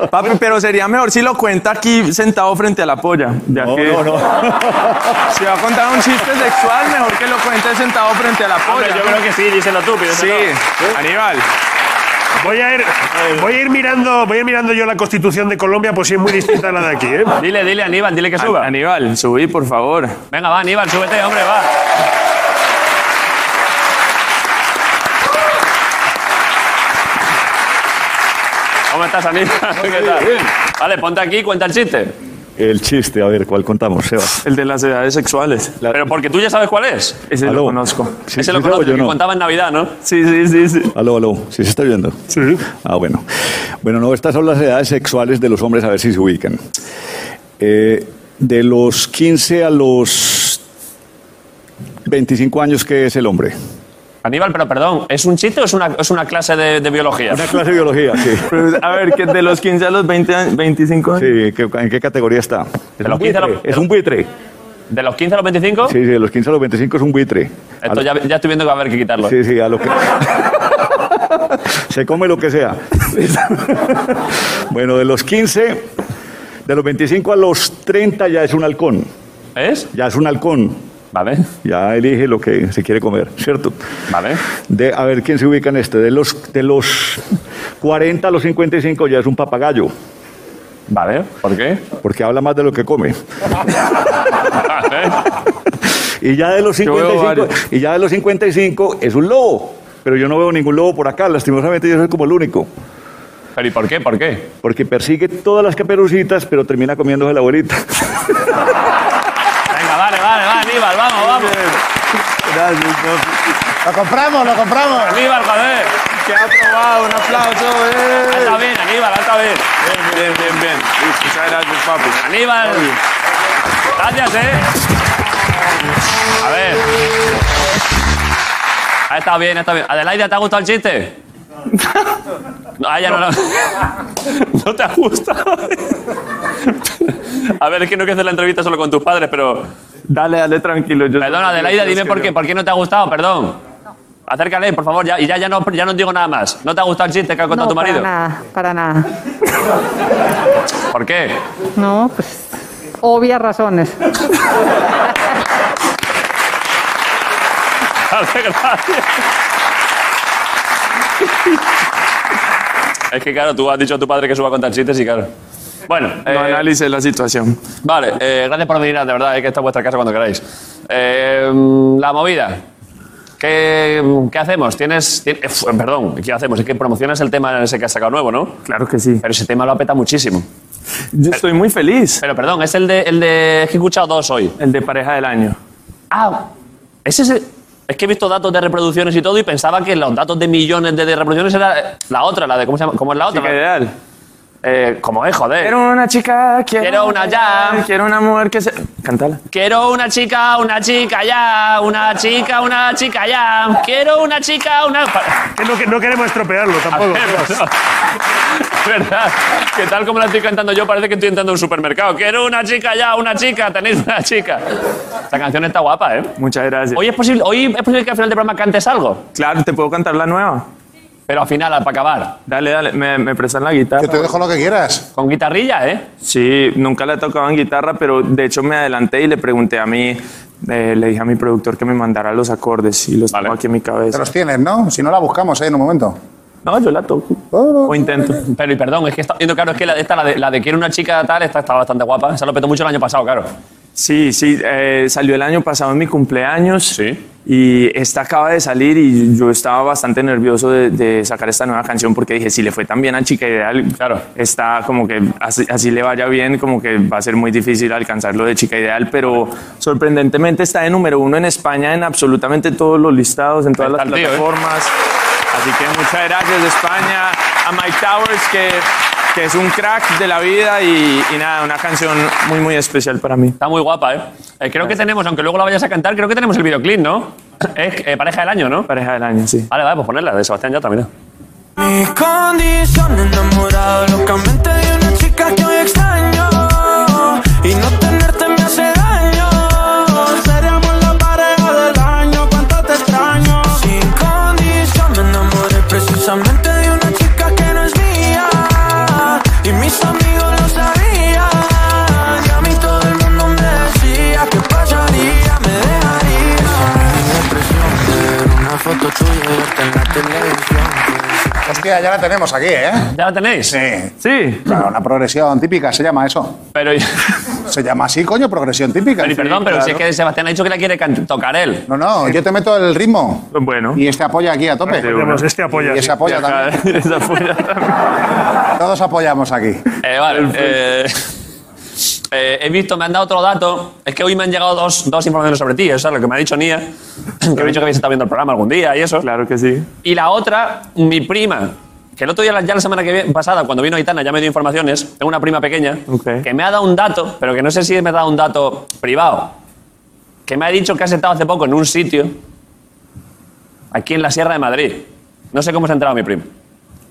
S6: Papi, pero sería mejor si lo cuenta aquí sentado frente a la polla. Ya
S7: No,
S6: que
S7: no, no.
S6: si va a contar un chiste sexual, mejor que lo cuente sentado frente a la polla.
S1: Hombre, yo creo que sí, díselo tú,
S6: Sí,
S1: pídeselo.
S6: Aníbal.
S3: Voy a ir, voy a ir mirando, voy a ir mirando yo la constitución de Colombia, pues sí es muy distinta a la de aquí, ¿eh?
S1: Dile, dile, Aníbal, dile que suba.
S6: Aníbal, subí, por favor.
S1: Venga, va, Aníbal, súbete, hombre, va. ¿Cómo estás, Aníbal? ¿Qué tal? Vale, ponte aquí y cuenta el chiste.
S7: El chiste, a ver, ¿cuál contamos, Sebas?
S6: El de las edades sexuales.
S1: Pero porque tú ya sabes cuál es.
S6: Ese
S7: Aló.
S6: lo conozco.
S7: ¿Sí- sí
S1: Ese lo
S7: se oye
S1: conoces,
S7: o
S1: el que
S7: no?
S1: contaba en Navidad, ¿no?
S6: Sí, sí, sí, sí.
S7: Aló, aló. ¿Sí se está viendo? Sí. Ah, bueno. Bueno, no, estas son las edades sexuales de los hombres, a ver si se ubican. Eh, de los 15 a los 25 años, ¿qué es el hombre?
S1: Aníbal, pero perdón, ¿es un chiste o es una, es una clase de, de biología?
S7: Una clase de biología, sí.
S6: Pero, a ver, que de los 15 a los 20, años- 25 años.
S7: Sí, ¿qué- ¿en qué categoría está? Es un
S1: los 15 a los-
S7: buitre, Es un buitre.
S1: ¿De los 15 a los 25?
S7: Sí, sí, de los 15 a los 25 es un buitre. A
S1: Esto
S7: lo-
S1: ya, ya estoy viendo que va a haber que quitarlo.
S7: Sí, sí, a lo que... Se come lo que sea. bueno, de los 15, de los 25 a los 30 ya es un halcón.
S1: ¿Es?
S7: Ya es un halcón.
S1: Vale,
S7: Ya elige lo que se quiere comer, ¿cierto?
S1: vale.
S7: De, a ver, ¿quién se ubica en este? De los, de los 40 a los 55 ya es un papagayo,
S1: Vale, ¿por qué?
S7: porque habla más de lo que come. Y ya de los
S6: Yo veo
S7: 55, y ya de los 55 es un lobo. Pero yo no veo ningún lobo por acá, lastimosamente yo soy como el único.
S1: Pero ¿y por qué? ¿Por qué?
S7: Porque persigue todas las caperucitas, pero termina comiéndose a la abuelita.
S1: Venga, vale, vale, va, Aníbal, vamos, vamos.
S7: Gracias, profe.
S4: Lo compramos, lo compramos.
S1: Aníbal, joder.
S7: Que ha aprobado, un aplauso.
S1: Ha
S7: eh.
S1: estado bien, Aníbal, ha estado bien. Bien, bien, bien, bien.
S7: Muchas gracias, papi.
S1: Aníbal. Gracias, eh. A ver. Ha estado bien, ha estado bien. Adelaida, ¿te ha gustado el chiste? No, a ella no, lo- no te ha gustado. A ver, es que no quiero hacer la entrevista solo con tus padres, pero.
S6: Dale, dale, tranquilo. Yo
S1: Perdón, Adelaida, dime por qué, por qué no te ha gustado, perdón. Acércale, por favor, ya, y ya, ya, no, ya no digo nada más. Pues ¿No te ha gustado el chiste que ha contado
S8: no,
S1: tu marido?
S8: para nada, para nada.
S1: ¿Por qué?
S8: No, pues obvias razones.
S1: Vale, gracias. Es que claro, tú has dicho a tu padre que suba a contar chistes y claro. Bueno, eh,
S6: No analice la situación.
S1: vale, eh, gracias por venir, de verdad, es que está en vuestra casa cuando queráis. Eh, la movida. ¿Qué, qué hacemos? ¿Tienes, tien- eh, fu- perdón, ¿qué hacemos? Es que promocionas el tema ese que has sacado nuevo, ¿no?
S6: Claro que sí.
S1: Pero ese tema lo apeta muchísimo.
S6: Yo estoy muy feliz.
S1: Pero perdón, es el de, el de... Es que he escuchado dos hoy.
S6: El de pareja del año.
S1: Ah, es ese- Es que he visto datos de reproducciones y todo y pensaba que los datos de millones de, de reproducciones era eh, la otra, la de cómo se llama, cómo es la otra.
S6: Chica ideal.
S1: Eh, ¿Cómo es, joder?
S6: Quiero una chica, quiero,
S1: Quiero una ya.
S6: Quiero una mujer que se. Cántala.
S1: Quiero una chica, una chica ya, una chica, una chica ya. Quiero una chica, una. Pa-
S3: Que no, que no queremos estropearlo tampoco.
S1: Es verdad, que tal como la estoy cantando yo parece que estoy entrando en un supermercado. Quiero una chica ya, una chica, tenéis una chica. Esta canción está guapa, ¿eh?
S6: Muchas gracias.
S1: Hoy es posible, hoy es posible que al final del programa cantes algo,
S6: Claro, te puedo cantar la nueva.
S1: pero al final, para acabar,
S6: Dale, dale. ¿Me, me prestan la
S4: Que te
S6: guitarra?
S4: dejo lo que quieras.
S1: con guitarrilla, ¿eh?
S6: Sí, nunca la he tocado en guitarra, pero de hecho me adelanté y le pregunté a mí. eh, le dije a mi productor que me mandara los acordes y los tengo aquí en mi
S4: Te
S6: cabeza.
S4: los tienes, ¿no? Si no, la buscamos ahí en un momento.
S6: No, yo la toco. O intento.
S1: Pero y perdón, es que está viendo, claro, es que la, esta, la de, la de quiero una chica tal, esta está bastante guapa. Se lo petó mucho el año pasado, claro.
S6: Sí, sí, eh, salió el año pasado en mi cumpleaños.
S1: Sí.
S6: Y esta acaba de salir y yo estaba bastante nervioso de, de sacar esta nueva canción porque dije, si le fue tan bien a Chica Ideal,
S1: Claro.
S6: está como que así, así le vaya bien, como que va a ser muy difícil alcanzar lo de Chica Ideal, pero sorprendentemente está de número uno en España en absolutamente todos los listados, en todas
S1: Ahí
S6: las
S1: está el tío, ¿eh?
S6: plataformas. Así que muchas gracias España, a Mike Towers que, que es un crack de la vida y, y nada, una canción muy muy especial para mí.
S1: Está muy guapa, ¿eh? Eh, creo que tenemos, aunque luego la vayas a cantar, creo que tenemos el videoclip, ¿no? Es eh, pareja del año, ¿no?
S6: Pareja del año, sí.
S1: Vale, vale, pues ponerla de Sebastián ya también.
S9: Mi condición enamorado locamente de una chica que hoy extraño y no tenerte me hace daño. Seríamos la pareja del año, cuánto te extraño. Sin condición me enamoré precisamente de una chica que no es mía y mis amigos lo sabían. Y a mí todo el mundo me decía que pasaría, me dejaría. Depresión, pero una foto tuya y verte en la televisión.
S4: Hostia, ya la tenemos aquí, ¿eh?
S1: ¿Ya la tenéis?
S4: Sí.
S1: Sí.
S4: Claro, una progresión típica se llama eso.
S1: Pero,
S4: Se llama así, coño, progresión típica.
S1: pero y perdón, pero
S4: claro.
S1: si es que Sebastián ha dicho que la quiere can- tocar él.
S4: No, no, yo te meto el ritmo.
S6: Bueno.
S4: Y este apoya aquí a tope.
S3: Tenemos este apoyo.
S4: Y ese apoya también.
S6: Esa fue la-
S4: Todos apoyamos aquí.
S1: Eh, vale. eh, eh, he visto, me han dado otro dato. Es que hoy me han llegado dos, dos informaciones sobre ti. Eso es lo que me ha dicho Nia. Que me ha dicho que habéis estado viendo el programa algún día y eso.
S6: claro que sí.
S1: Y la otra, mi prima, que el otro día, ya la semana que vi- pasada, cuando vino Aitana, ya me dio informaciones. Tengo una prima pequeña
S6: Ok.
S1: que me ha dado un dato, pero que no sé si me ha dado un dato privado. Que me ha dicho que has estado hace poco en un sitio, aquí en la Sierra de Madrid. No sé cómo se ha enterado mi prima.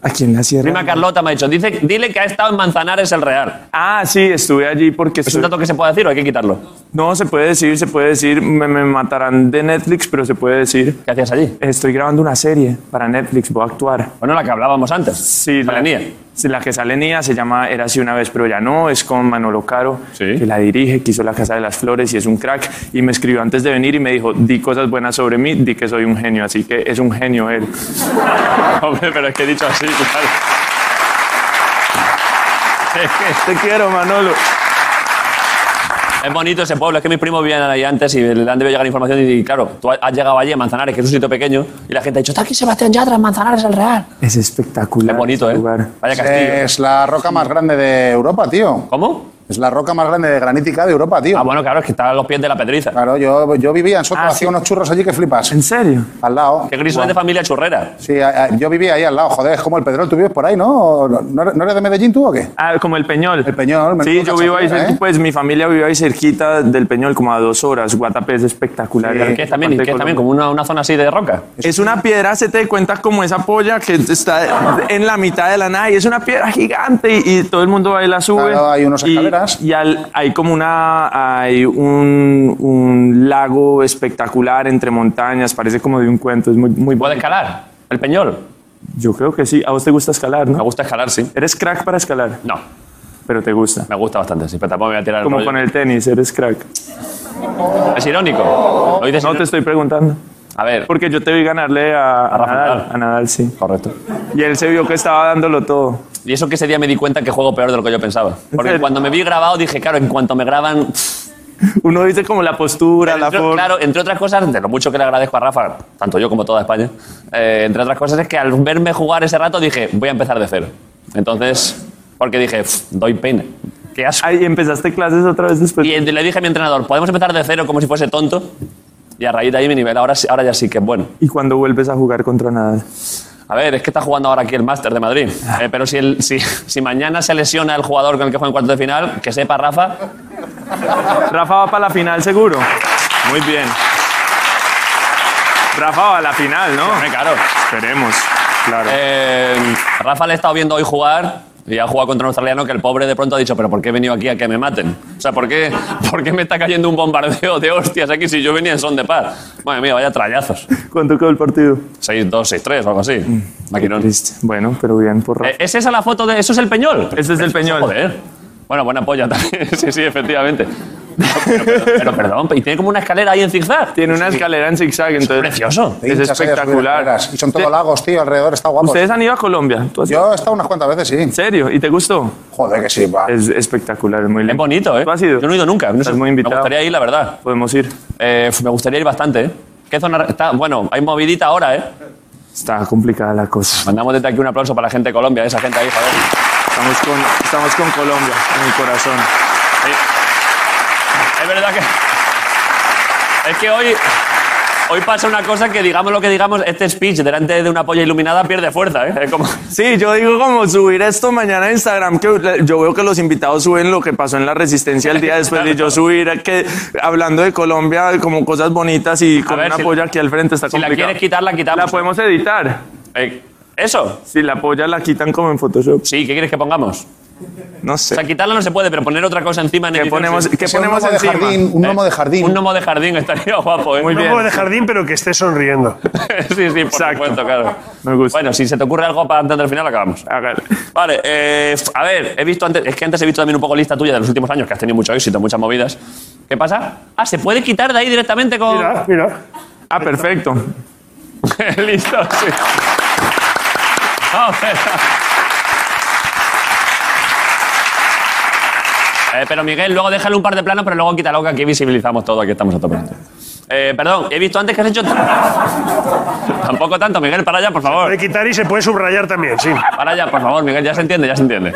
S6: Aquí en la sierra.
S1: Prima Carlota me ha dicho, dice, dile que ha estado en Manzanares el Real.
S6: Ah, sí, estuve allí porque...
S1: ¿Es un
S6: estuve-
S1: dato que se puede decir o hay que quitarlo?
S6: No, se puede decir, se puede decir. Me, me matarán de Netflix, pero se puede decir.
S1: ¿Qué hacías allí?
S6: Estoy grabando una serie para Netflix, voy a actuar.
S1: Bueno, la que hablábamos antes.
S6: Sí,
S1: Para
S6: la,
S1: Nia.
S6: sí, la que sale Nia se llama Era así una vez, pero ya no. Es con Manolo Caro,
S1: Sí.
S6: que la dirige, que hizo La Casa de las Flores y es un crack. Y me escribió antes de venir y me dijo, di cosas buenas sobre mí, di que soy un genio. Así que es un genio él.
S1: Hombre, pero es que he dicho así, claro. Es que-
S6: Te quiero, Manolo.
S1: Es bonito ese pueblo, es que mis primos vivían ahí antes y le han debido llegar información y, claro, tú has llegado allí a Manzanares, que es un sitio pequeño, y la gente ha dicho, está aquí Sebastián Yatra, en Manzanares el Real.
S6: Es espectacular.
S1: Es bonito,
S6: ese
S1: ¿eh?
S6: lugar.
S1: Vaya castillo.
S4: Es la roca más grande de Europa, tío.
S1: ¿Cómo?
S4: Es la roca más grande de granítica de Europa, tío.
S1: Ah, bueno, claro, es que está a los pies de la pedriza.
S4: Claro, yo, yo vivía en Soto,
S6: Ah,
S4: hacía
S6: sí.
S4: unos churros allí que flipas.
S6: ¿En serio?
S4: Al lado.
S1: Qué gris es de familia churrera.
S4: Sí, a- a- yo vivía ahí al lado, joder, es como el Pedrol, tú vives por ahí, ¿no? ¿O ¿No, no- no eres de Medellín tú o qué?
S6: Ah, como el Peñol.
S4: El Peñol, menudo
S6: Sí, yo vivo ahí,
S4: cachondeo,
S6: cerca,
S4: ¿eh?
S6: pues mi familia vive ahí cerquita del Peñol, como a dos horas. Guatapé es espectacular.
S1: Que es también, que es también como una, una zona así de roca.
S6: Es una piedra, se te cuenta como esa polla que está en la mitad de la nada y es una piedra gigante y, y todo el mundo ahí la sube.
S4: Claro, hay unas
S6: y-
S4: escaleras.
S6: Y, al- hay como una, hay un, un lago espectacular entre montañas, parece como de un cuento, es muy, muy bueno.
S1: ¿Puede escalar? ¿El peñol?
S6: Yo creo que sí, a vos te gusta escalar,
S1: Me
S6: ¿no?
S1: gusta escalar, sí.
S6: Eres crack para escalar,
S1: No,
S6: pero te gusta.
S1: me gusta bastante, sí, pero tampoco me voy a tirar el
S6: Como
S1: rollo.
S6: con el tenis, eres crack.
S1: Es irónico. Lo dices
S6: No te estoy preguntando.
S1: A ver,
S6: Porque yo te vi ganarle a, a
S1: Rafa
S6: Nadal.
S1: Nadal.
S6: A Nadal, sí.
S1: correcto.
S6: Y él se vio que estaba dándolo todo.
S1: Y eso que ese día me di cuenta que juego peor de lo que yo pensaba. Porque
S6: serio?
S1: cuando me vi grabado dije, claro, en cuanto me graban...
S6: Uno dice como la postura, la
S1: Entre-
S6: forma.
S1: claro, entre otras cosas, de lo mucho que le agradezco a Rafa, tanto yo como toda España, eh, entre otras cosas es que al verme jugar ese rato dije, voy a empezar de cero. Entonces, porque dije, "Pff, doy pena. Qué asco.
S6: Ay, ¿y empezaste clases otra vez después.
S1: Y le dije a mi entrenador, podemos empezar de cero como si fuese tonto. Y a raíz de ahí mi nivel ahora, sí- ahora ya sí que es bueno.
S6: ¿Y cuando vuelves a jugar contra Nadal?
S1: A ver, es que está jugando ahora aquí el Máster de Madrid. Eh, pero si, el- si, si mañana se lesiona el jugador con el que juega en cuartos de final, que sepa Rafa,
S6: Rafa va para la final seguro.
S1: muy bien.
S6: Rafa va a la final, ¿no?
S1: Hombre, claro.
S6: Esperemos. Claro.
S1: Eh, Rafa le he estado viendo hoy jugar y ha jugado contra un australiano que el pobre de pronto ha dicho, pero ¿por qué he venido aquí a que me maten? O sea, ¿por qué, por qué me está cayendo un bombardeo de hostias aquí si yo venía en son de paz? Madre mía, vaya trallazos.
S6: ¿Cuánto quedó el partido?
S1: 6-2, 6-3 o algo así. Maquinón.
S6: Mm. Triste. Bueno, pero bien por Rafa.
S1: Eh, ¿Es esa la foto de...? ¿Eso es el Peñol?
S6: Ese es el Peñol.
S1: Joder. Bueno, buena polla también. sí, sí, efectivamente. Pero, pero- pero perdón, y tiene como una escalera ahí en zigzag.
S6: Tiene una escalera en zigzag, entonces.
S1: Precioso.
S4: Te hinchas eh,
S6: Es
S4: ahí a subir
S6: espectacular.
S4: escaleras. Y son todos
S6: Usted-
S4: lagos, tío, alrededor, está guapo.
S6: ¿Ustedes han ido a Colombia? ¿Tú has ido?
S4: Yo he estado unas cuantas veces, sí.
S6: ¿En serio? ¿Y te gustó?
S4: Joder, que sí, va.
S6: Es espectacular, es muy lindo.
S1: Es bonito, ¿eh?
S6: ¿Tú has ido?
S1: Yo no he ido nunca. No
S6: Estás
S1: sé,
S6: muy invitado.
S1: Me gustaría ir, la verdad.
S6: Podemos ir.
S1: Eh, f- me gustaría ir bastante, ¿eh? ¿Qué zona está? Bueno, hay movidita ahora, ¿eh?
S6: Está complicada la cosa.
S1: Mandamos desde aquí un aplauso para la gente de Colombia, esa gente ahí, joder.
S6: Estamos con, estamos con Colombia en el corazón.
S1: Es verdad que. Es que hoy. Hoy pasa una cosa que, digamos lo que digamos, este speech delante de una polla iluminada pierde fuerza, ¿eh? Es como.
S6: Sí, yo digo como subir esto mañana a Instagram, que yo veo que los invitados suben lo que pasó en la resistencia el día después y yo subir que hablando de Colombia como cosas bonitas y con
S1: ver,
S6: una
S1: si-
S6: polla aquí al frente está
S1: Si la
S6: complicado.
S1: quieres quitar, la quitamos.
S6: La podemos editar.
S1: Eh, ¿Eso?
S6: Si la polla la quitan como en Photoshop,
S1: Sí, ¿qué quieres que pongamos?
S6: no
S1: O
S6: sé.
S1: sea, quitarla no se puede, pero poner otra cosa encima en
S6: ¿Qué
S1: edición,
S6: ponemos,
S1: sí.
S6: ¿qué
S4: Sea un
S6: ponemos
S4: gnomo de
S6: encima? Eh,
S4: jardín, un gnomo de jardín.
S1: Un gnomo de jardín estaría guapo, ¿eh?
S6: Muy
S3: Un
S6: bien.
S3: poco de jardín, pero que esté sonriendo.
S1: sí, sí, por supuesto, claro.
S6: Me gusta.
S1: Bueno, si se te ocurre algo para antes del final, acabamos.
S6: Hágale.
S1: Vale, eh, a ver, he visto antes, es que antes he visto también un poco lista tuya de los últimos años, que has tenido mucho éxito, muchas movidas. ¿Qué pasa? Ah, se puede quitar de ahí directamente con.
S3: Mira, mira.
S6: Ah, perfecto.
S1: Listo, sí. Vamos, venga. Eh, pero Miguel, luego déjale un par de planos, pero luego quítalo que aquí visibilizamos todo, aquí estamos a tope. Eh, perdón, he visto antes que has hecho... Tampoco tanto, Miguel, para allá, por favor.
S3: Puede quitar y se puede subrayar también, sí.
S1: Para ya, por favor, Miguel, ya se entiende, ya se entiende.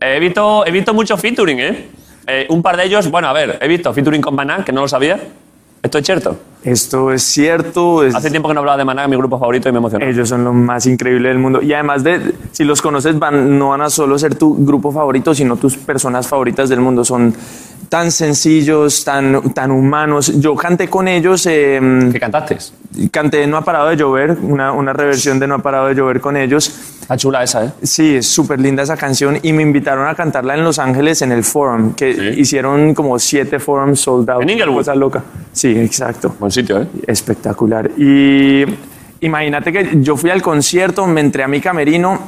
S1: Eh, he, visto, he visto mucho featuring, ¿eh? Eh, Un par de ellos, bueno, a ver, he visto featuring con Maná, que no lo sabía. Esto es cierto.
S6: Esto es cierto. es-
S1: Hace tiempo que no hablaba de Maná, mi grupo favorito, y me emocionó.
S6: Ellos son lo más increíble del mundo. Y además de, si los conoces, van, no van a solo ser tu grupo favorito, sino tus personas favoritas del mundo. Son tan sencillos, tan, tan humanos. Yo canté con ellos, eh,
S1: ¿Qué cantaste?
S6: canté No ha parado de llover, una, una reversión de No ha parado de llover con ellos.
S1: Está chula esa, ¿eh?
S6: Sí, es súper linda esa canción y me invitaron a cantarla en Los Ángeles en el Forum, que hicieron como siete Forums sold out.
S1: En Inglewood.
S6: Cosa loca. Sí, exacto
S1: Buen sitio, ¿eh?
S6: espectacular. Y imagínate que yo fui al concierto, me entré a mi camerino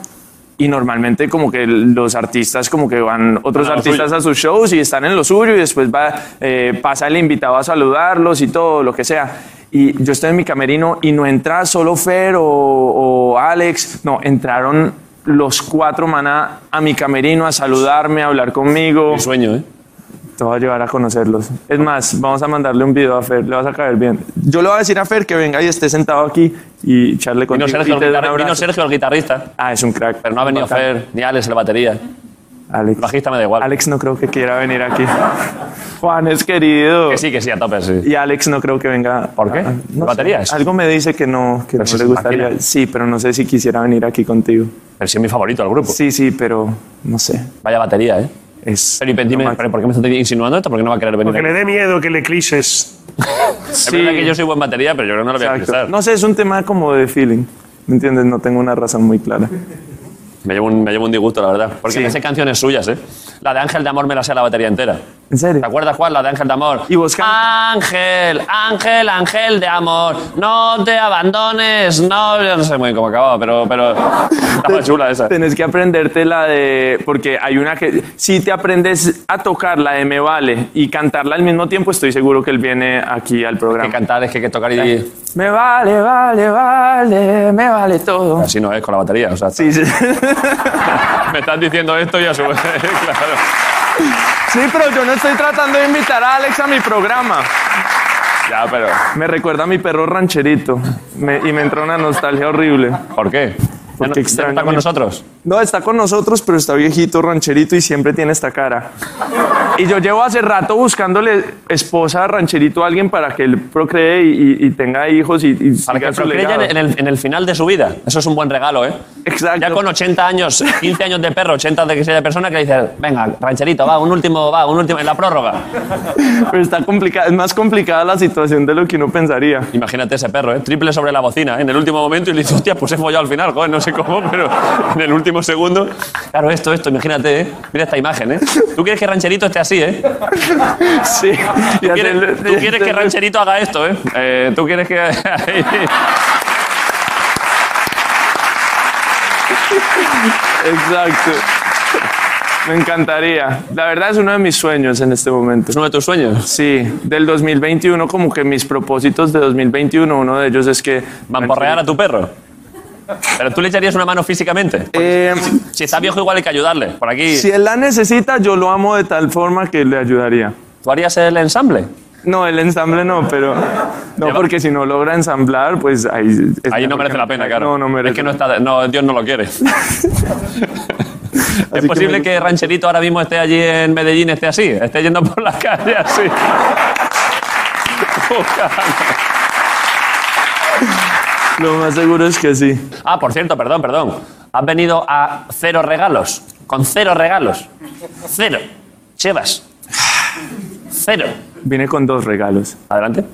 S6: y normalmente como que los artistas como que van otros
S1: Van a lo
S6: artistas
S1: suyo.
S6: a sus shows y están en lo suyo y después va eh, pasa el invitado a saludarlos y todo lo que sea. Y yo estoy en mi camerino y no entra solo Fer o, o Alex, no, entraron los cuatro maná a mi camerino a saludarme, a hablar conmigo.
S1: Mi sueño, ¿eh?
S6: Te voy a llevar a conocerlos. Es más, vamos a mandarle un video a Fer, le vas a caer bien. Yo le voy a decir a Fer que venga y esté sentado aquí y charle
S1: Vino
S6: contigo.
S1: Sergio,
S6: y
S1: el
S6: te dé un
S1: guitarri-
S6: abrazo.
S1: vino Sergio, el guitarrista.
S6: Ah, es un crack.
S1: Pero no ha venido
S6: Bacán.
S1: Fer, ni Alex, el batería. El
S6: Alex.
S1: bajista me da igual.
S6: Alex no creo que quiera venir aquí. Juan es querido.
S1: Que sí, que sí, a tope, sí.
S6: Y Alex no creo que venga.
S1: ¿Por qué?
S6: Ah,
S1: ¿De baterías?
S6: sé. Algo me dice que no, que no
S1: si Pues-
S6: le
S1: es
S6: gustaría.
S1: tranquilo.
S6: Sí, pero no sé si quisiera venir aquí contigo.
S1: Pero sí es mi favorito del grupo.
S6: Sí, sí, pero no sé.
S1: Vaya batería, ¿eh?
S6: Es
S1: Pero, y dime,
S6: lo máximo.
S1: ¿pero ¿por qué me estás insinuando esto? ¿Por qué no va a querer venir?
S3: Que le dé miedo que le clises.
S1: Es verdad que yo soy buen batería, pero yo creo que no lo voy a
S6: Exacto.
S1: utilizar.
S6: No sé, es un tema como de feeling. ¿Me entiendes? No tengo una razón muy clara.
S1: Me, llevo un, me llevo un disgusto, la verdad. Porque
S6: Sí.
S1: me sé canciones suyas, ¿eh? La de Ángel de Amor me la sé a la batería entera.
S6: ¿En serio?
S1: ¿Te acuerdas, Juan? La de Ángel de Amor.
S6: Y vos canta.
S1: Ángel, Ángel, Ángel de Amor. No te abandones. No, yo no sé muy bien cómo acababa, pero, pero estaba chula esa.
S6: Tenés que aprenderte la de. Porque hay una que. Si te aprendes a tocar la de Me Vale y cantarla al mismo tiempo, estoy seguro que él viene aquí al
S1: Que
S6: programa.
S1: cantar es que hay que tocar y...
S6: Me vale, vale, vale, me vale todo.
S1: Así no es con la batería, o sea...
S6: Sí, sí.
S1: Me estás diciendo esto y a su vez, claro.
S6: Sí, pero yo no estoy tratando de invitar a Alex a mi programa.
S1: Ya, pero...
S6: Me recuerda a mi perro rancherito Me- y me entró una nostalgia horrible.
S1: ¿Por qué? Ya no-
S6: Porque
S1: ya no
S6: extraño
S1: está con
S6: mi-
S1: nosotros?
S6: No, está con nosotros, pero está viejito, rancherito y siempre tiene esta cara. Y yo llevo hace rato buscándole esposa a rancherito a alguien para que él procree y, y- y tenga hijos y, y
S1: Para que
S6: siga su
S1: procree ya
S6: legado.
S1: en el, en el final de su vida. Eso es un buen regalo, ¿eh?
S6: Exacto.
S1: Ya con 80 años, 15 años de perro, 80 de que sea de persona, que le dices, venga, rancherito, va, un último, va, un último, en la prórroga.
S6: Pero está complicada, es más complicada la situación de lo que uno pensaría.
S1: Imagínate ese perro, ¿eh? Triple sobre la bocina, ¿eh? en el último momento, y le dices, hostia, pues he follado al final, joder, no sé cómo, pero en el último segundo. Claro, esto, esto, imagínate, ¿eh? Mira esta imagen, ¿eh? ¿Tú quieres que rancherito esté así, eh?
S6: Sí.
S1: ¿Tú quieres, tú quieres que Rancherito haga esto, ¿eh? Eh, Tú quieres que...
S6: Exacto. Me encantaría. La verdad es uno de mis sueños en este momento.
S1: es uno de tus sueños.
S6: Sí, del 2021, como que mis propósitos de 2021, uno de ellos es que...
S1: Mamporrear a tu perro. Pero tú le echarías una mano físicamente.
S6: Eh,
S1: Si está viejo, igual hay que ayudarle. Por aquí.
S6: si él la necesita, yo lo amo de tal forma que le ayudaría.
S1: ¿Tú harías el ensamble?
S6: No, el ensamble no, pero... No, porque si no logra ensamblar, pues ahí... es
S1: Ahí no
S6: mejor
S1: merece
S6: que-
S1: la pena, claro.
S6: No, no merece.
S1: Es que no está. No, Dios no lo quiere.
S6: Así
S1: es
S6: que
S1: posible
S6: me-
S1: que, Rancherito ahora mismo esté allí en Medellín, esté así, esté yendo por la calle así.
S6: Lo más seguro es que sí.
S1: Ah, por cierto, perdón, perdón. Has venido a cero regalos. Con cero regalos. Cero. Chevas. Cero.
S6: Vine con dos regalos.
S1: Adelante.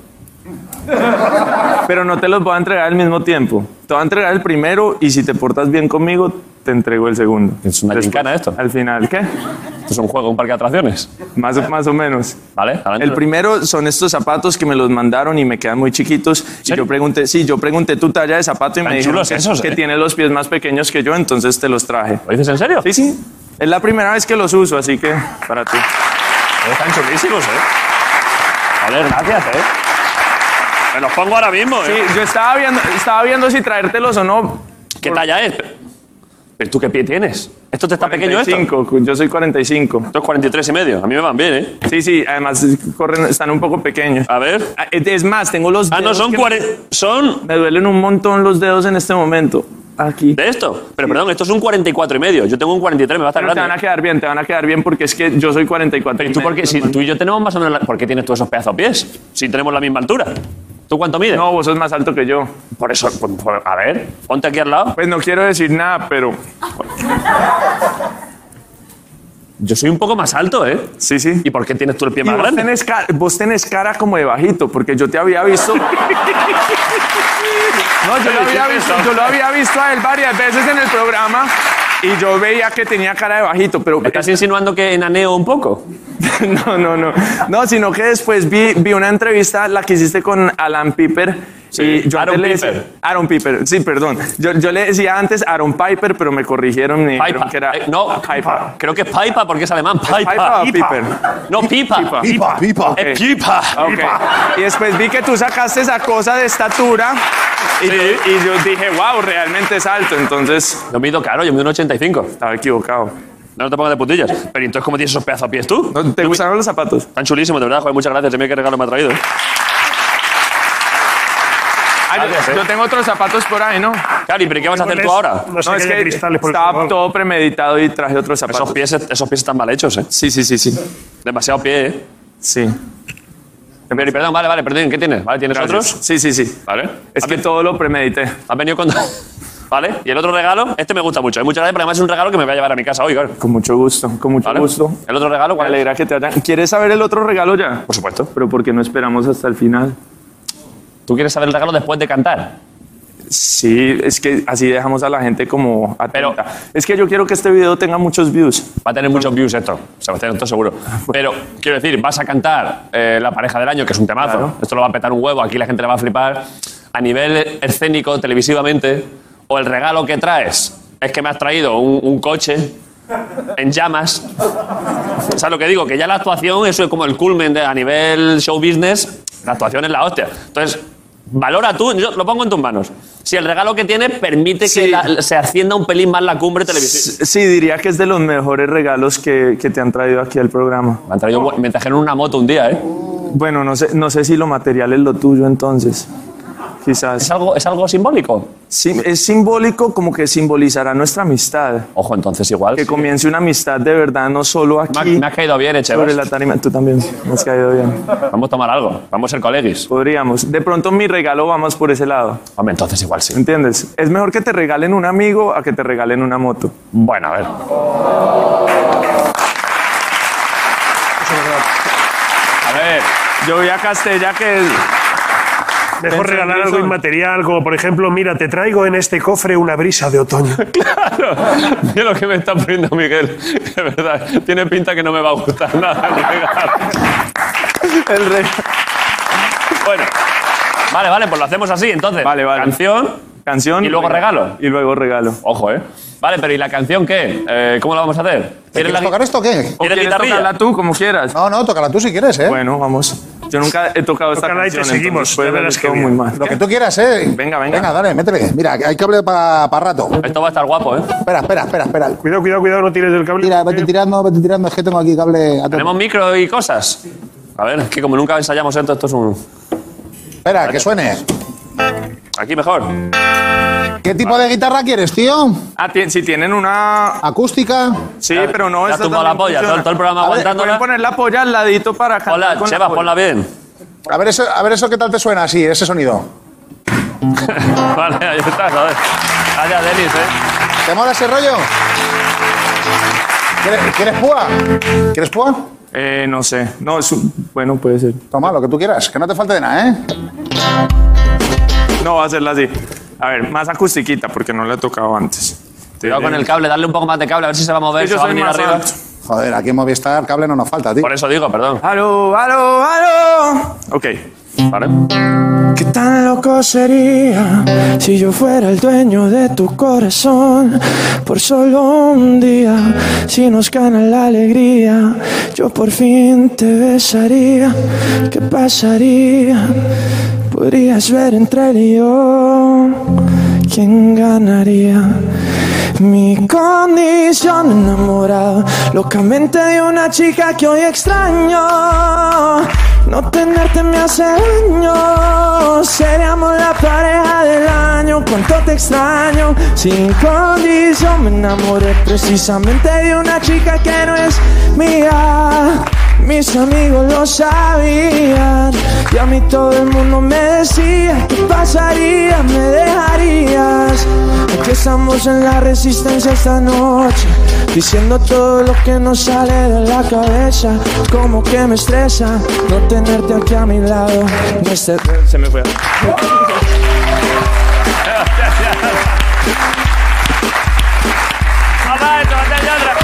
S6: Pero no te los voy a entregar al mismo tiempo. Te voy a entregar el primero y si te portas bien conmigo, te entrego el segundo.
S1: Es una gincana esto.
S6: Al final, ¿qué?
S1: Esto es un juego, un parque de atracciones.
S6: Más, o- más o menos.
S1: ¿Vale? Adelante.
S6: El primero son estos zapatos que me los mandaron y me quedan muy chiquitos. Y
S1: serio?
S6: yo pregunté, sí, yo pregunté tu talla de zapato y
S1: Tan
S6: me dijeron
S1: chulos
S6: que,
S1: esos,
S6: que
S1: eh.
S6: tiene los pies más pequeños que yo, entonces te los traje.
S1: ¿Lo dices en serio?
S6: Sí, sí. Es la primera vez que los uso, así que para ti.
S1: Están chulísimos, ¿eh? Joder, gracias, ¿eh? Me los pongo ahora mismo,
S6: Sí,
S1: ¿eh?
S6: yo estaba viendo, estaba viendo si traértelos o no.
S1: ¿Qué talla es? ¿Pero tú qué pie tienes? ¿Esto te está pequeño esto? Esto
S6: 45, yo soy 45.
S1: es 43 y medio. A mí me van bien, ¿eh?
S6: Sí, sí, además corren, están un poco pequeños.
S1: A ver.
S6: Ah, Es más, tengo los
S1: Ah, no,
S6: dedos
S1: son
S6: que-
S1: 40. Son
S6: Me duelen un montón los dedos en este momento. Aquí.
S1: de esto. Pero perdón, esto es un 44 y medio. Yo tengo un 43, me va a estar
S6: Pero te van
S1: grande.
S6: a quedar bien, te van a quedar bien porque es que yo soy 44.
S1: Pero ¿y tú, por qué? Si tú y yo tenemos más o menos. la- ¿Por qué tienes tú esos pedazos de pies? Si tenemos la misma altura. ¿Tú cuánto mides?
S6: No, vos sos más alto que yo.
S1: Por eso. por- por- a ver, ponte aquí al lado.
S6: Pues no quiero decir nada, pero
S1: Yo soy un poco más alto, ¿eh?
S6: sí, sí.
S1: ¿Y por qué tienes tú el pie
S6: Y
S1: más
S6: vos,
S1: grande?
S6: tenés ca- vos tenés cara como de bajito, porque yo te había visto. No, yo lo había visto, yo lo había visto a él varias veces en el programa y yo veía que tenía cara de bajito, pero
S1: ¿Estás insinuando que enaneo un poco?
S6: No, no, no. No, sino que después vi, vi una entrevista, la que hiciste con Alan Piper. y yo
S1: Aaron
S6: antes le decía-
S1: Piper.
S6: Aaron Piper, sí, perdón. Yo, yo le decía antes Aaron Piper, pero me corrigieron y me dijeron
S1: Pipa.
S6: que era.
S1: Eh, no,
S6: Piper.
S1: Creo que es Pipa porque es alemán. Pipa.
S6: Pipa o
S1: Pipa.
S6: Piper.
S1: No, Pipa.
S6: Pipa.
S4: Pipa, pipa.
S1: Es Pipa.
S6: Ah, ok. Y después vi que tú sacaste esa cosa de estatura. Y, yo, y yo dije, wow, realmente es alto. Entonces
S1: Yo mido, claro, yo mido un 85.
S6: estaba equivocado.
S1: No te pongas de puntillas. Pero entonces, ¿cómo tienes esos pedazos pies tú?
S6: ¿No ¿Te gustaron los zapatos?
S1: Tan chulísimo, de verdad, joder, muchas gracias. Mira qué regalo me ha traído. ¿eh?
S6: Ah,
S1: Gracias,
S6: yo,
S1: eh.
S6: yo tengo otros zapatos por ahí, ¿no?
S1: Cari, ¿pero qué vas a hacer tú ahora?
S3: No sé
S6: no,
S3: que haya cristales por el
S6: estaba
S3: suelo.
S6: todo premeditado y traje otros
S1: Esos
S6: zapatos.
S1: pies, esos pies están mal hechos, ¿eh?
S6: Sí, sí, sí, sí.
S1: Demasiado pie, ¿eh?
S6: Sí.
S1: Pero, perdón, vale, vale, perdón, ¿qué tienes? ¿Vale, ¿Tienes otros?
S6: Sí, sí, sí.
S1: Vale.
S6: Es que todo lo premedité.
S1: Has venido con... ¿Vale? Y el otro regalo, este me gusta mucho. ¿eh? Muchas gracias, pero además es un regalo que me voy a llevar a mi casa hoy, claro.
S6: Con mucho gusto, con mucho
S1: ¿Vale?
S6: gusto.
S1: ¿El otro regalo
S6: Me
S1: cuál es?
S6: alegra que te hayan... ¿Quieres saber el otro regalo ya?
S1: Por supuesto.
S6: Pero ¿por qué no esperamos hasta el final?
S1: ¿Tú quieres saber el regalo después de cantar?
S6: Sí, es que así dejamos a la gente como atenta.
S1: Pero-
S6: es que yo quiero que este video tenga muchos views.
S1: Va a tener muchos views esto, Sebastián, esto seguro. Pero, quiero decir, vas a cantar eh, La pareja del año, que es un temazo.
S6: Claro.
S1: Esto lo va a petar un huevo, aquí la gente le va a flipar. A nivel escénico, televisivamente, o el regalo que traes es que me has traído un, un coche en llamas. ¿Sabes lo que digo? Que ya la actuación, eso es como el culmen de, a nivel show business, la actuación es la hostia. Entonces, valora tú, yo lo pongo en tus manos. Si el regalo que tienes permite que
S6: Sí.
S1: la- se ascienda un pelín más la cumbre televisiva.
S6: S- Sí, diría que es de los mejores regalos que, que te han traído aquí al programa.
S1: Me, han traído- me trajeron una moto un día, ¿eh?
S6: Bueno, no sé, no sé si lo material es lo tuyo entonces.
S1: ¿Es
S6: Quizás.
S1: algo, ¿Es algo simbólico?
S6: Sí, es simbólico como que simbolizará nuestra amistad.
S1: Ojo, entonces igual.
S6: Que comience una amistad de verdad, no solo
S1: Me, ha-
S6: aquí.
S1: me has caído bien,
S6: sobre
S1: Echevas.
S6: la tarima, tú también me has caído bien.
S1: Vamos a tomar algo. Vamos a ser colegis.
S6: Podríamos. De pronto mi regalo vamos por ese lado,
S1: Hombre, entonces igual sí.
S6: ¿entiendes? Es mejor que te regalen un amigo a que te regalen una moto.
S1: Bueno, a ver. A ver.
S6: Yo vi a Castella que
S3: Mejor
S6: Benson
S3: regalar algo
S6: Gleeson.
S3: inmaterial, como por ejemplo, mira, te traigo en este cofre una brisa de otoño.
S1: Claro. Mira lo que me está poniendo Miguel. De verdad. Tiene pinta que no me va a gustar nada el regalo.
S6: el re-
S1: Bueno. Vale, vale, pues lo hacemos así entonces.
S6: Vale, vale.
S1: Canción.
S6: canción
S1: ¿Y luego regalo?
S6: Y luego regalo.
S1: Ojo, ¿eh? Vale, pero ¿y la canción qué? Eh, ¿Cómo la vamos a hacer? ¿Quieres
S4: ¿Quieres
S1: la
S4: tocar esto o qué?
S6: O
S1: ¿Quieres
S6: quieres
S1: guitarrilla?
S6: tocarla tú como quieras.
S4: No, no, tócala tú si quieres, ¿eh?
S6: Bueno, vamos. Yo nunca he tocado esta
S3: Tócala y te
S6: canción.
S3: seguimos,
S6: entonces puede
S3: ya verás
S6: salir
S3: qué
S6: todo
S3: bien.
S6: muy mal.
S4: Lo que tú quieras, ¿eh?
S6: Venga, venga.
S4: Venga, dale, métele. Mira, hay que hablar para rato.
S1: Esto va a estar guapo, ¿eh?
S4: Espera, espera, espera, espera.
S3: Cuidado, cuidado, cuidado, no tires del cable.
S4: Mira, vete tirando, vete tirando. Es que tengo aquí cable. a tope.
S1: ¿Tenemos micro y cosas? A ver, es que como nunca ensayamos esto, esto es un...
S4: Espera, que suene.
S1: Aquí mejor.
S4: ¿Qué tipo de guitarra quieres, tío?
S6: Ah, ti- si tienen una.
S4: ¿Acústica?
S6: Sí,
S1: Ya-
S6: pero no
S1: ya
S6: esta
S1: tumbó la
S6: también
S1: polla, todo,
S6: funciona.
S1: todo el programa
S6: Pueden
S1: aguantándola.
S6: poner la polla al ladito para cantar
S1: Hola,
S6: con la
S1: Cheva,
S6: polla.
S1: ponla bien.
S4: A ver, eso, a ver eso qué tal te suena así, ese sonido.
S1: vale, ahí está, joder. Gracias, Denis, ¿eh?
S4: ¿Te mola ese rollo? ¿Quieres, ¿quieres púa? ¿Quieres púa?
S6: Eh, no sé. No, es un- bueno, puede ser.
S4: Toma, lo que tú quieras, que no te falte de nada, ¿eh?
S6: No, va a hacerla así. A ver, más acustiquita, porque no la he tocado antes.
S1: Cuidado con el cable, darle un poco más de cable, a ver si se va a mover, se
S6: Yo
S1: va a
S6: soy
S1: venir
S6: más
S1: arriba.
S6: alto.
S4: Joder, aquí en Movistar cable no nos falta, tío.
S1: Por eso digo, perdón.
S6: Aló, aló, aló. Ok.
S1: Vale.
S9: ¿Qué tan loco sería si yo fuera el dueño de tu corazón? Por solo un día, si nos gana la alegría, yo por fin te besaría. ¿Qué pasaría? Podrías ver entre él y yo quién ganaría. Mi condición enamorado, locamente de una chica que hoy extraño. No tenerte me hace daño. Seríamos la pareja del año. Cuánto te extraño. Sin condición me enamoré precisamente de una chica que no es mía. Mis amigos lo sabían. Y a mí todo el mundo me decía que pasaría, me dejarías. Aquí estamos en la resistencia esta noche. Diciendo todo lo que nos sale de la cabeza. Como que me estresa no tenerte aquí a mi lado. No estar-
S6: Se me fue.
S1: Papá, esto va a ser otra.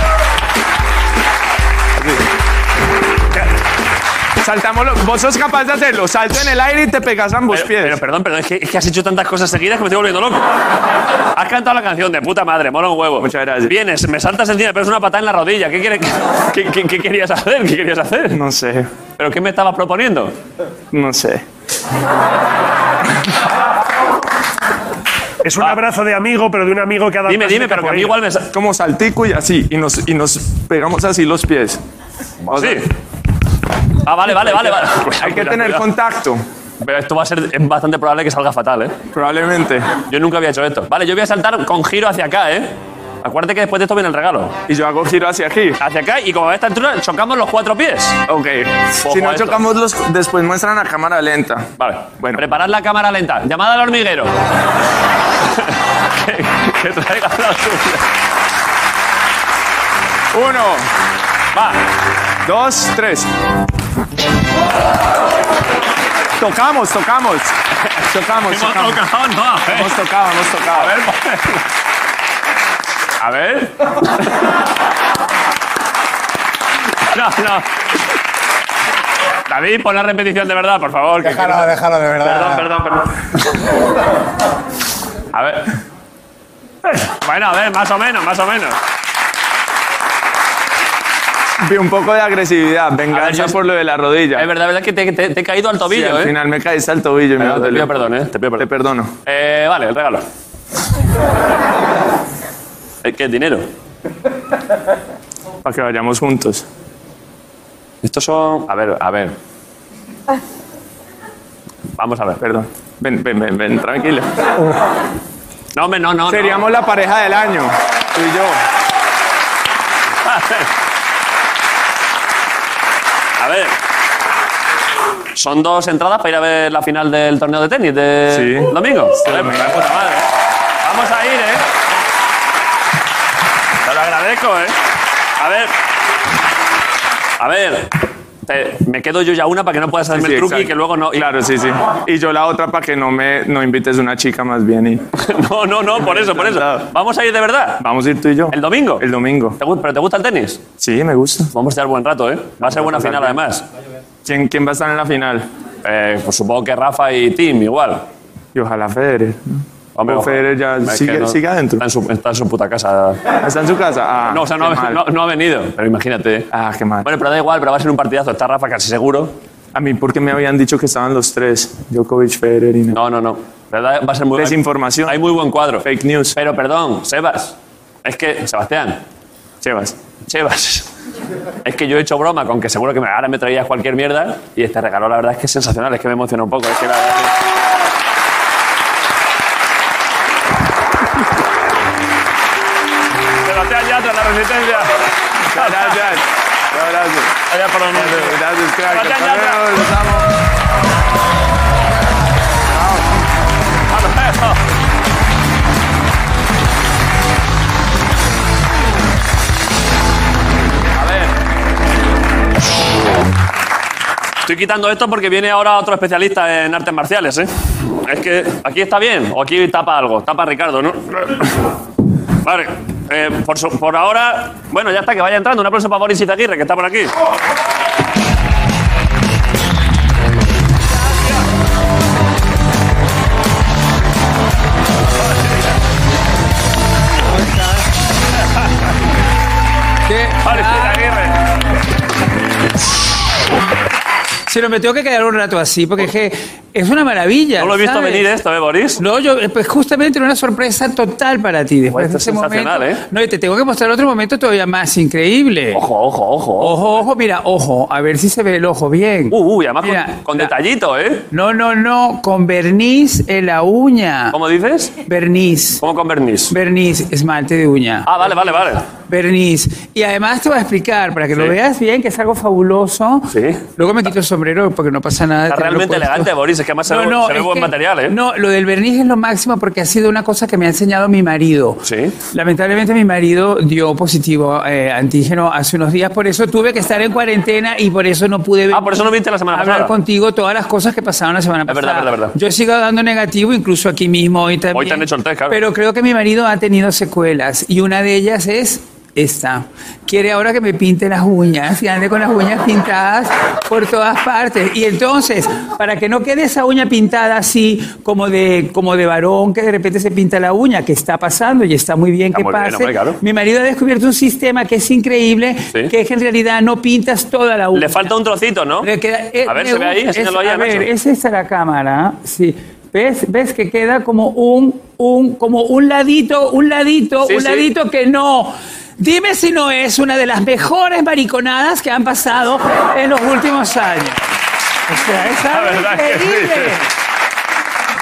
S6: Saltámoslo. Vos sos capaz de hacerlo. Salto en el aire y te pegas ambos
S1: Pero,
S6: pies.
S1: pero perdón, perdón, es que, es que has hecho tantas cosas seguidas que me estoy volviendo loco. Has cantado la canción de puta madre, mola un huevo.
S6: Muchas gracias.
S1: Vienes, me saltas encima, pero es una patada en la rodilla. ¿Qué, quieres, qué, qué- qué querías hacer? ¿Qué querías hacer?
S6: No sé.
S1: ¿Pero qué me estabas proponiendo?
S6: No sé.
S3: Es un abrazo de amigo, pero de un amigo que ha dado.
S1: Ah. Dime,
S3: clase
S1: dime,
S3: de
S1: pero que a mí
S3: capoeira.
S1: igual me. sa-
S6: Como saltico y así, y nos, y nos pegamos así los pies. O sea,
S1: Sí. Ah, vale, vale, vale. vale.
S6: Hay que
S1: Cuidado,
S6: tener
S1: cuidado.
S6: contacto,
S1: Pero esto va a ser es bastante probable que salga fatal, ¿eh?
S6: probablemente.
S1: Yo nunca había hecho esto. Vale, yo voy a saltar con giro hacia acá, ¿eh? Acuérdate que después de esto viene el regalo.
S6: Y yo hago giro hacia aquí.
S1: Hacia acá y como a esta altura chocamos los cuatro pies.
S6: Ok.
S1: Ojo
S6: si
S1: a
S6: no
S1: esto.
S6: chocamos los, después muestran a cámara lenta.
S1: Vale, bueno.
S6: Bueno.
S1: Preparad la cámara lenta. Llamada al hormiguero. que, que traiga la suya.
S6: Uno,
S1: Va,
S6: dos, tres. Tocamos, tocamos. Tocamos,
S1: hemos
S6: tocamos.
S1: tocado, no, a ver.
S6: Hemos tocado, hemos tocado.
S1: A ver, a ver. No, no. David, pon la repetición de verdad, por favor. que-
S8: Déjalo, déjalo, de
S1: Perdón,
S8: verdad.
S1: perdón, perdón. Ah. A ver. Bueno, a ver, más o menos, más o menos.
S6: Vi un poco de agresividad, venganza
S1: yo es-
S6: por lo de la rodilla.
S1: Es verdad, verdad que te, te- te he caído al
S6: Sí,
S1: tobillo,
S6: al
S1: ¿eh?
S6: final me caíste al tobillo y me
S1: Pero te
S6: dolió.
S1: pido perdón, ¿eh? Te pido
S6: Te
S1: perdón.
S6: perdono.
S1: Eh, vale, el regalo. Eh, ¿Qué? ¿Dinero?
S6: Para que vayamos juntos.
S1: Estos son... A ver, a ver. Vamos a ver.
S6: Perdón. Ven, ven, ven, ven, tranquilo.
S1: No, hombre, no, no. no.
S6: Seríamos la pareja del año. Tú y yo.
S1: A ver. Son dos entradas para ir a ver la final del torneo de tenis de
S6: Sí.
S1: domingo. Joder, pues, de puta madre. Vamos a ir, ¿eh? Te lo agradezco, ¿eh? A ver. A ver. te- me quedo yo ya una para que no puedas hacerme
S6: Sí,
S1: el truqui y
S6: exacto.
S1: que luego no. y-
S6: Claro, sí, sí. Y yo la otra para que no me no invites una chica más bien. Y
S1: No, no, no, por eso, por eso.
S6: Encantado.
S1: Vamos a ir de verdad.
S6: vamos a ir tú y yo.
S1: ¿El domingo?
S6: El domingo.
S1: ¿Te gu- ¿Pero te gusta el tenis?
S6: Sí, me gusta.
S1: Vamos a estar buen rato, ¿eh? Va a ser buena final, además.
S6: ¿Quién, quién va a estar en la final?
S1: Eh, pues supongo que Rafa y Tim igual.
S6: Y ojalá Federer.
S1: Hombre,
S6: Pero
S1: ojo.
S6: Federer ya
S1: Es que
S6: sigue,
S1: no-
S6: sigue adentro.
S1: Está en, su, está en su puta casa.
S6: ¿Está en su casa? Ah,
S1: No, o sea, no
S6: qué
S1: ha,
S6: mal.
S1: no- no ha venido. Pero imagínate.
S6: Ah, qué mal.
S1: Bueno, pero da igual, pero va a ser un partidazo. Está Rafa casi seguro.
S6: A mí, ¿por qué me habían dicho que estaban los tres? Djokovic, Federer y...
S1: No, no, no. Pero da- va a ser muy
S6: Desinformación.
S1: Hay muy buen cuadro.
S6: Fake news.
S1: Pero perdón, Sebas. Es que, Sebastián,
S6: Chevas.
S1: Sebas. Es que yo he hecho broma con que seguro que me- ahora me traías cualquier mierda y este regalo la verdad es que es sensacional, es que me emociona un poco. Es que la verdad que- Sebastián Yatra, la resistencia.
S6: Gracias. Un abrazo.
S1: Allá por donde-
S6: Gracias, crack.
S1: Gracias,
S6: Hasta
S1: Yatra.
S6: luego. Los amo.
S1: Estoy quitando esto porque viene ahora otro especialista en artes marciales, ¿eh? Es que aquí está bien, o aquí tapa algo, tapa Ricardo, ¿no? Vale, eh, por, su- por ahora, bueno, ya está, que vaya entrando. Un aplauso para Boris Izaguirre, que está por aquí. Boris
S10: Ah.
S1: Izaguirre.
S10: Sí, no, me tengo que quedar un rato así, porque es que es una maravilla.
S1: No lo he visto
S10: ¿sabes?
S1: venir esto, ¿eh, Boris?
S10: No, yo, eh, pues justamente era una sorpresa total para ti. Después
S1: Esto
S10: de
S1: es
S10: ese momento.
S1: sensacional, ¿eh?
S10: No, y te tengo que mostrar otro momento todavía más increíble.
S1: Ojo, ojo, ojo.
S10: Ojo, ojo, mira, ojo, a ver si se ve el ojo bien.
S1: Uh, uh, y además
S10: Mira,
S1: con, con
S10: la-
S1: detallito, ¿eh?
S10: No, no, no, con verniz en la uña.
S1: ¿Cómo dices?
S10: Verniz.
S1: ¿Cómo con verniz?
S10: Verniz, esmalte de uña.
S1: Ah, vale, vale, vale.
S10: Verniz. Y además te voy a explicar, para que lo
S1: Sí.
S10: veas bien, que es algo fabuloso.
S1: Sí.
S10: Luego me quito el sombrero porque no pasa nada. de
S1: Está
S10: tenerlo
S1: realmente
S10: puesto.
S1: elegante, Boris. Es que además se ve- se ve
S10: es
S1: buen
S10: que-
S1: material, ¿eh?
S10: No, lo del verniz es lo máximo porque ha sido una cosa que me ha enseñado mi marido.
S1: Sí.
S10: Lamentablemente mi marido dio positivo eh, antígeno hace unos días, por eso tuve que estar en cuarentena y por eso no pude
S1: Ah, por eso no viniste la semana
S10: hablar
S1: pasada.
S10: contigo todas las cosas que pasaron la semana
S1: Es verdad,
S10: pasada.
S1: verdad, verdad.
S10: Yo sigo dando negativo, incluso aquí mismo hoy también.
S1: Hoy te han hecho el test, claro.
S10: Pero creo que mi marido ha tenido secuelas y una de ellas es esta. Quiere ahora que me pinte las uñas y ande con las uñas pintadas por todas partes. Y entonces, para que no quede esa uña pintada así como de, como de varón que de repente se pinta la uña, que está pasando y está muy bien
S1: Está
S10: que
S1: Ah, muy bien,
S10: pase.
S1: hombre, claro.
S10: Mi marido ha descubierto un sistema que es increíble,
S1: Sí.
S10: que es que en realidad no pintas toda la uña.
S1: Le falta un trocito, ¿no?
S10: Le queda- eh,
S1: A ver,
S10: me
S1: se ve ahí,
S10: gusta- es-
S1: enséñalo ahí a
S10: A ver,
S1: Nacho.
S10: es esta la cámara, sí. ¿Ves? ¿Ves que queda como un, un, como un ladito, un ladito,
S1: Sí,
S10: un
S1: sí.
S10: ladito que no? Dime si no es una de las mejores mariconadas que han pasado en los últimos años. O sea, es algo
S1: verdad que sí.
S10: increíble.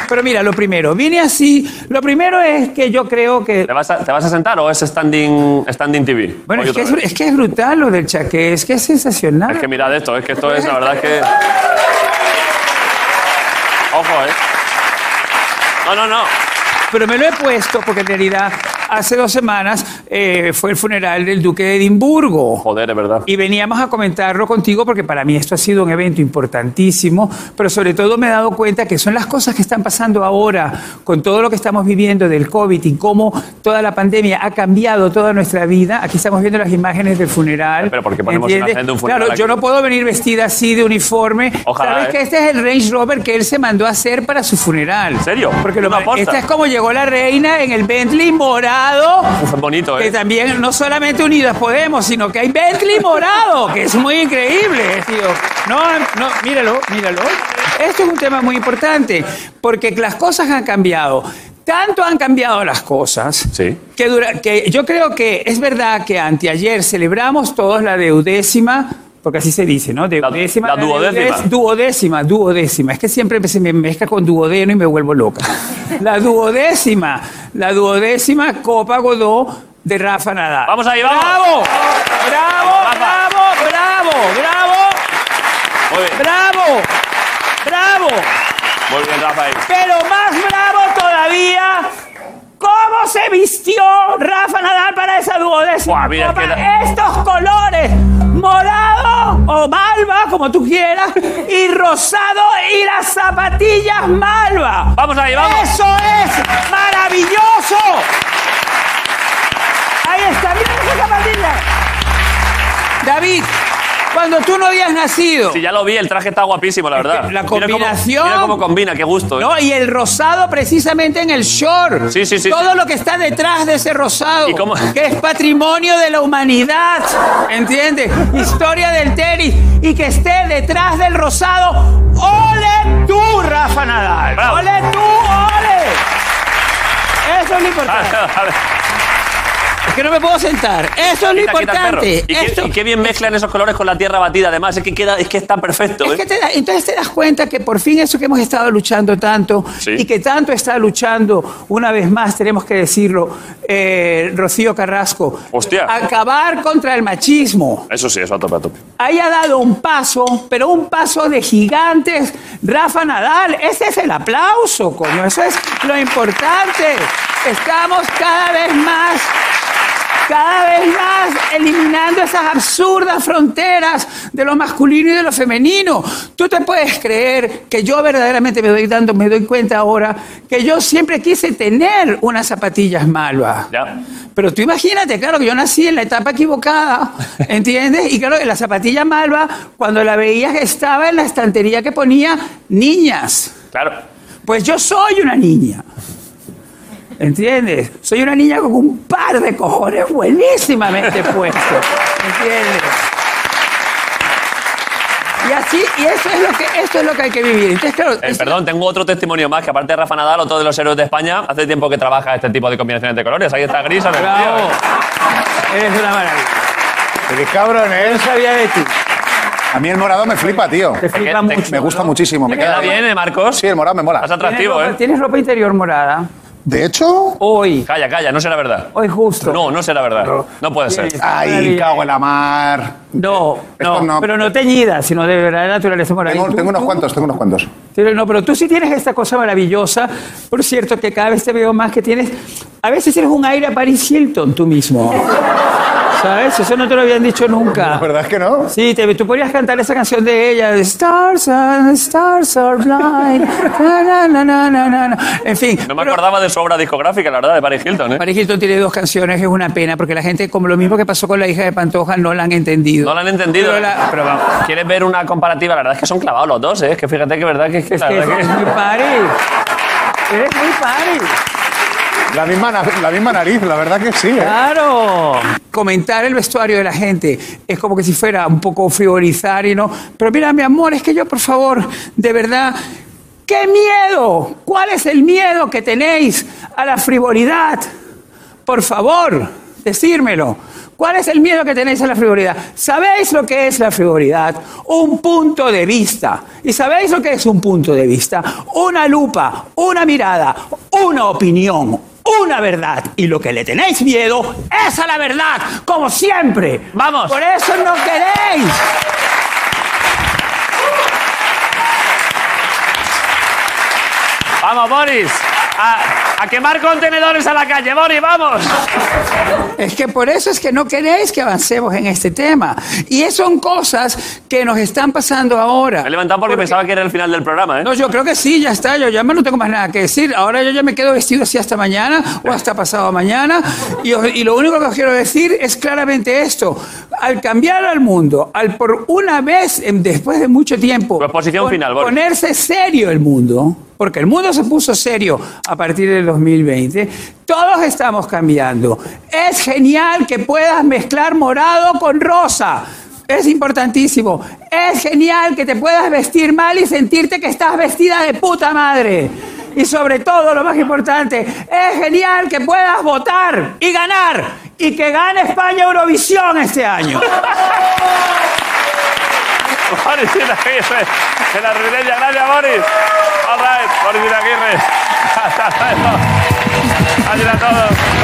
S10: Pero mira, lo primero, vine así. Lo primero es que yo creo que
S1: ¿Te vas a, te vas a sentar o es standing, standing TV?
S10: bueno,
S1: Voy
S10: es que es,
S1: otra vez.
S10: es que es brutal lo del chaqué, es que es sensacional.
S1: Es que mirad esto, es que esto es la verdad que. Ojo, ¿eh? No, no, no.
S10: Pero me lo he puesto porque en realidad hace dos semanas eh, fue el funeral del duque de Edimburgo.
S1: Joder, es verdad.
S10: Y veníamos a comentarlo contigo porque para mí esto ha sido un evento importantísimo, pero sobre todo me he dado cuenta que son las cosas que están pasando ahora con todo lo que estamos viviendo del COVID y cómo toda la pandemia ha cambiado toda nuestra vida. Aquí estamos viendo las imágenes del funeral.
S1: Pero, ¿por qué ponemos una
S10: ¿entiendes?
S1: gente de un funeral
S10: Claro, yo
S1: aquí?
S10: no puedo venir vestida así de uniforme.
S1: Ojalá,
S10: Sabes
S1: ¿eh?
S10: que este es el Range Rover que él se mandó a hacer para su funeral. ¿En
S1: serio?
S10: Porque
S1: No
S10: lo
S1: me aporta.
S10: Esta es como llegó la reina en el Bentley morado.
S1: Es bonito,
S10: Que
S1: ¿eh?
S10: también no solamente Unidas Podemos, sino que hay Bentley morado, que es muy increíble, tío. No, no, míralo, míralo. Esto es un tema muy importante, porque las cosas han cambiado. Tanto han cambiado las cosas
S1: Sí.
S10: que, dura- que yo creo que es verdad que anteayer celebramos todos la deudécima, porque así se dice, ¿no? Deudécima.
S1: la duodécima.
S10: deudécima- duodécima, duodécima. Es que siempre se me mezcla con duodeno y me vuelvo loca. La duodécima, la duodécima Copa Godó de Rafa Nadal.
S1: Vamos ahí, vamos.
S10: ¡Bravo! ¡Bravo,
S1: Rafa.
S10: bravo, bravo, bravo,
S1: Muy bien,
S10: bravo! ¡Bravo!
S1: muy bien, Rafael.
S10: Pero más bravo todavía, ¿cómo se vistió Rafa Nadal para esa duodécima
S1: Buah, mira,
S10: Copa?
S1: es que la-
S10: Estos colores, morado o malva, como tú quieras, y rosado y las zapatillas malva.
S1: Vamos ahí, vamos.
S10: ¡Eso es maravilloso! Ahí está, mira esa zapatilla. David, cuando tú no habías nacido...
S1: Si ya lo vi, el traje está guapísimo, la verdad.
S10: que la
S1: Mira cómo-
S10: combinación-
S1: Mira cómo, combina, qué gusto. ¿eh?
S10: No, y el rosado precisamente en el short.
S1: Sí, sí, sí,
S10: Todo lo que está detrás de ese rosado.
S1: ¿Y cómo?
S10: Que es patrimonio de la humanidad. ¿Entiendes? Historia del tenis. Y que esté detrás del rosado. ¡Ole tú, Rafa Nadal!
S1: Bravo.
S10: ¡Ole tú, ole! Eso
S1: Ah,
S10: es lo importante. Es que no me puedo sentar. Eso es lo
S1: Quita, quita el perro.
S10: importante.
S1: ¿Y, qué-
S10: Esto-
S1: y qué bien mezclan esos colores con la tierra batida, además. Es que, queda, es que está perfecto.
S10: Es
S1: ¿eh?
S10: que te da- entonces te das cuenta que por fin eso que hemos estado luchando tanto
S1: Sí.
S10: y que tanto está luchando, una vez más tenemos que decirlo, eh, Rocío Carrasco,
S1: Hostia.
S10: acabar contra el machismo.
S1: Eso sí, eso a tope, a tope.
S10: Haya dado un paso, pero un paso de gigantes, Rafa Nadal, ese es el aplauso, coño, eso es lo importante. Estamos cada vez más cada vez más eliminando esas absurdas fronteras de lo masculino y de lo femenino. Tú te puedes creer que yo verdaderamente me doy dando, me doy cuenta ahora que yo siempre quise tener unas zapatillas malvas.
S1: Ya.
S10: Pero tú imagínate, claro, que yo nací en la etapa equivocada, ¿entiendes? Y claro, que la zapatilla malva, cuando la veías, estaba en la estantería que ponía niñas.
S1: Claro.
S10: Pues yo soy una niña. ¿Entiendes? Soy una niña con un par de cojones buenísimamente puestos. ¿Entiendes? Y así, y eso es lo que, esto es lo que hay que vivir. Entonces, claro,
S1: Eh,
S10: es-
S1: perdón, tengo otro testimonio más, que aparte de Rafa Nadal, otro de los héroes de España, hace tiempo que trabaja este tipo de combinaciones de colores. Ahí está gris, ahora es
S10: Bravo.
S1: tío, ¿eh?
S10: Eres una maravilla.
S4: Qué cabrón ¿eh? es.
S10: Sabía de ti.
S4: A mí el morado me flipa, tío.
S10: Te flipa
S1: te-
S10: mucho.
S4: Me gusta muchísimo. Me
S1: ¿Queda
S4: queda
S1: bien, eh, Marcos?
S4: Sí, el morado me
S1: Estás
S4: mola.
S10: ¿Tienes
S1: atractivo,
S10: ropa,
S1: ¿eh?
S10: tienes ropa interior morada.
S4: De hecho.
S10: Hoy.
S1: Calla, calla, no será verdad.
S10: Hoy justo.
S1: No, no será verdad. No puede ser.
S4: Ay, cago en la mar.
S10: No,
S4: Eh, Esto
S10: no,
S4: no.
S10: pero no teñida, sino de verdadera naturaleza moral.
S4: Tengo,
S10: ¿Y tú-
S4: tengo unos
S10: tú?
S4: cuantos, tengo unos cuantos.
S10: Sí, No, pero tú sí tienes esta cosa maravillosa. Por cierto, que cada vez te veo más que tienes. A veces eres un aire a Paris Hilton tú mismo. ¿Sabes? Eso no te lo habían dicho nunca.
S4: La verdad es que no.
S10: Sí, te, tú podrías cantar esa canción de ella, de Stars are, stars are blind. na, na, na, na, na, na. En fin.
S1: No me
S10: pero-
S1: acordaba de su obra discográfica, la verdad, de Paris Hilton, ¿eh?
S10: Paris Hilton tiene dos canciones, es una pena, porque la gente, como lo mismo que pasó con la hija de Pantoja, no la han entendido.
S1: No la han entendido.
S10: Pero la-
S1: Pero vamos, ¿Quieres ver una comparativa? La verdad es que son clavados los dos, ¿eh? Es que fíjate que verdad que...
S10: Es
S1: la
S10: que
S1: verdad que-
S10: eres muy Paris. Eres muy Paris.
S4: La misma, na- la misma nariz, la verdad que sí. ¿eh?
S10: Claro. Comentar el vestuario de la gente es como que si fuera un poco frivolizar y no. Pero mira, mi amor, es que yo, por favor, de verdad. ¿Qué miedo? ¿Cuál es el miedo que tenéis a la frivolidad? Por favor, decírmelo. ¿Cuál es el miedo que tenéis a la frivolidad? ¿Sabéis lo que es la frivolidad? Un punto de vista. ¿Y sabéis lo que es un punto de vista? Una lupa, una mirada, una opinión, una verdad. Y lo que le tenéis miedo es a la verdad, como siempre. Vamos. Por eso no queréis.
S1: Vamos, Boris. A, a quemar contenedores a la calle, Boris, vamos.
S10: Es que por eso es que no queréis que avancemos en este tema. Y es- son cosas que nos están pasando ahora.
S1: Me he levantado porque pensaba que era el final del programa, ¿eh?
S10: No, yo creo que sí, ya está, yo ya no tengo más nada que decir. Ahora yo ya me quedo vestido así hasta mañana o hasta pasado mañana. Y, os- y lo único que os quiero decir es claramente esto. Al cambiar al mundo, al por una vez, em, después de mucho tiempo,
S1: Posición
S10: pon-
S1: final, Boris.
S10: ponerse serio el mundo, porque el mundo se puso serio a partir del 2020, todos estamos cambiando. Es genial que puedas mezclar morado con rosa. Es importantísimo. Es genial que te puedas vestir mal y sentirte que estás vestida de puta madre. Y sobre todo, lo más importante, es genial que puedas votar y ganar. Y que gane España Eurovisión este año.
S1: Boris Izaguirre, de la Residencia. Gracias, Boris. All right, Boris Izaguirre. Hasta luego. Gracias a todos.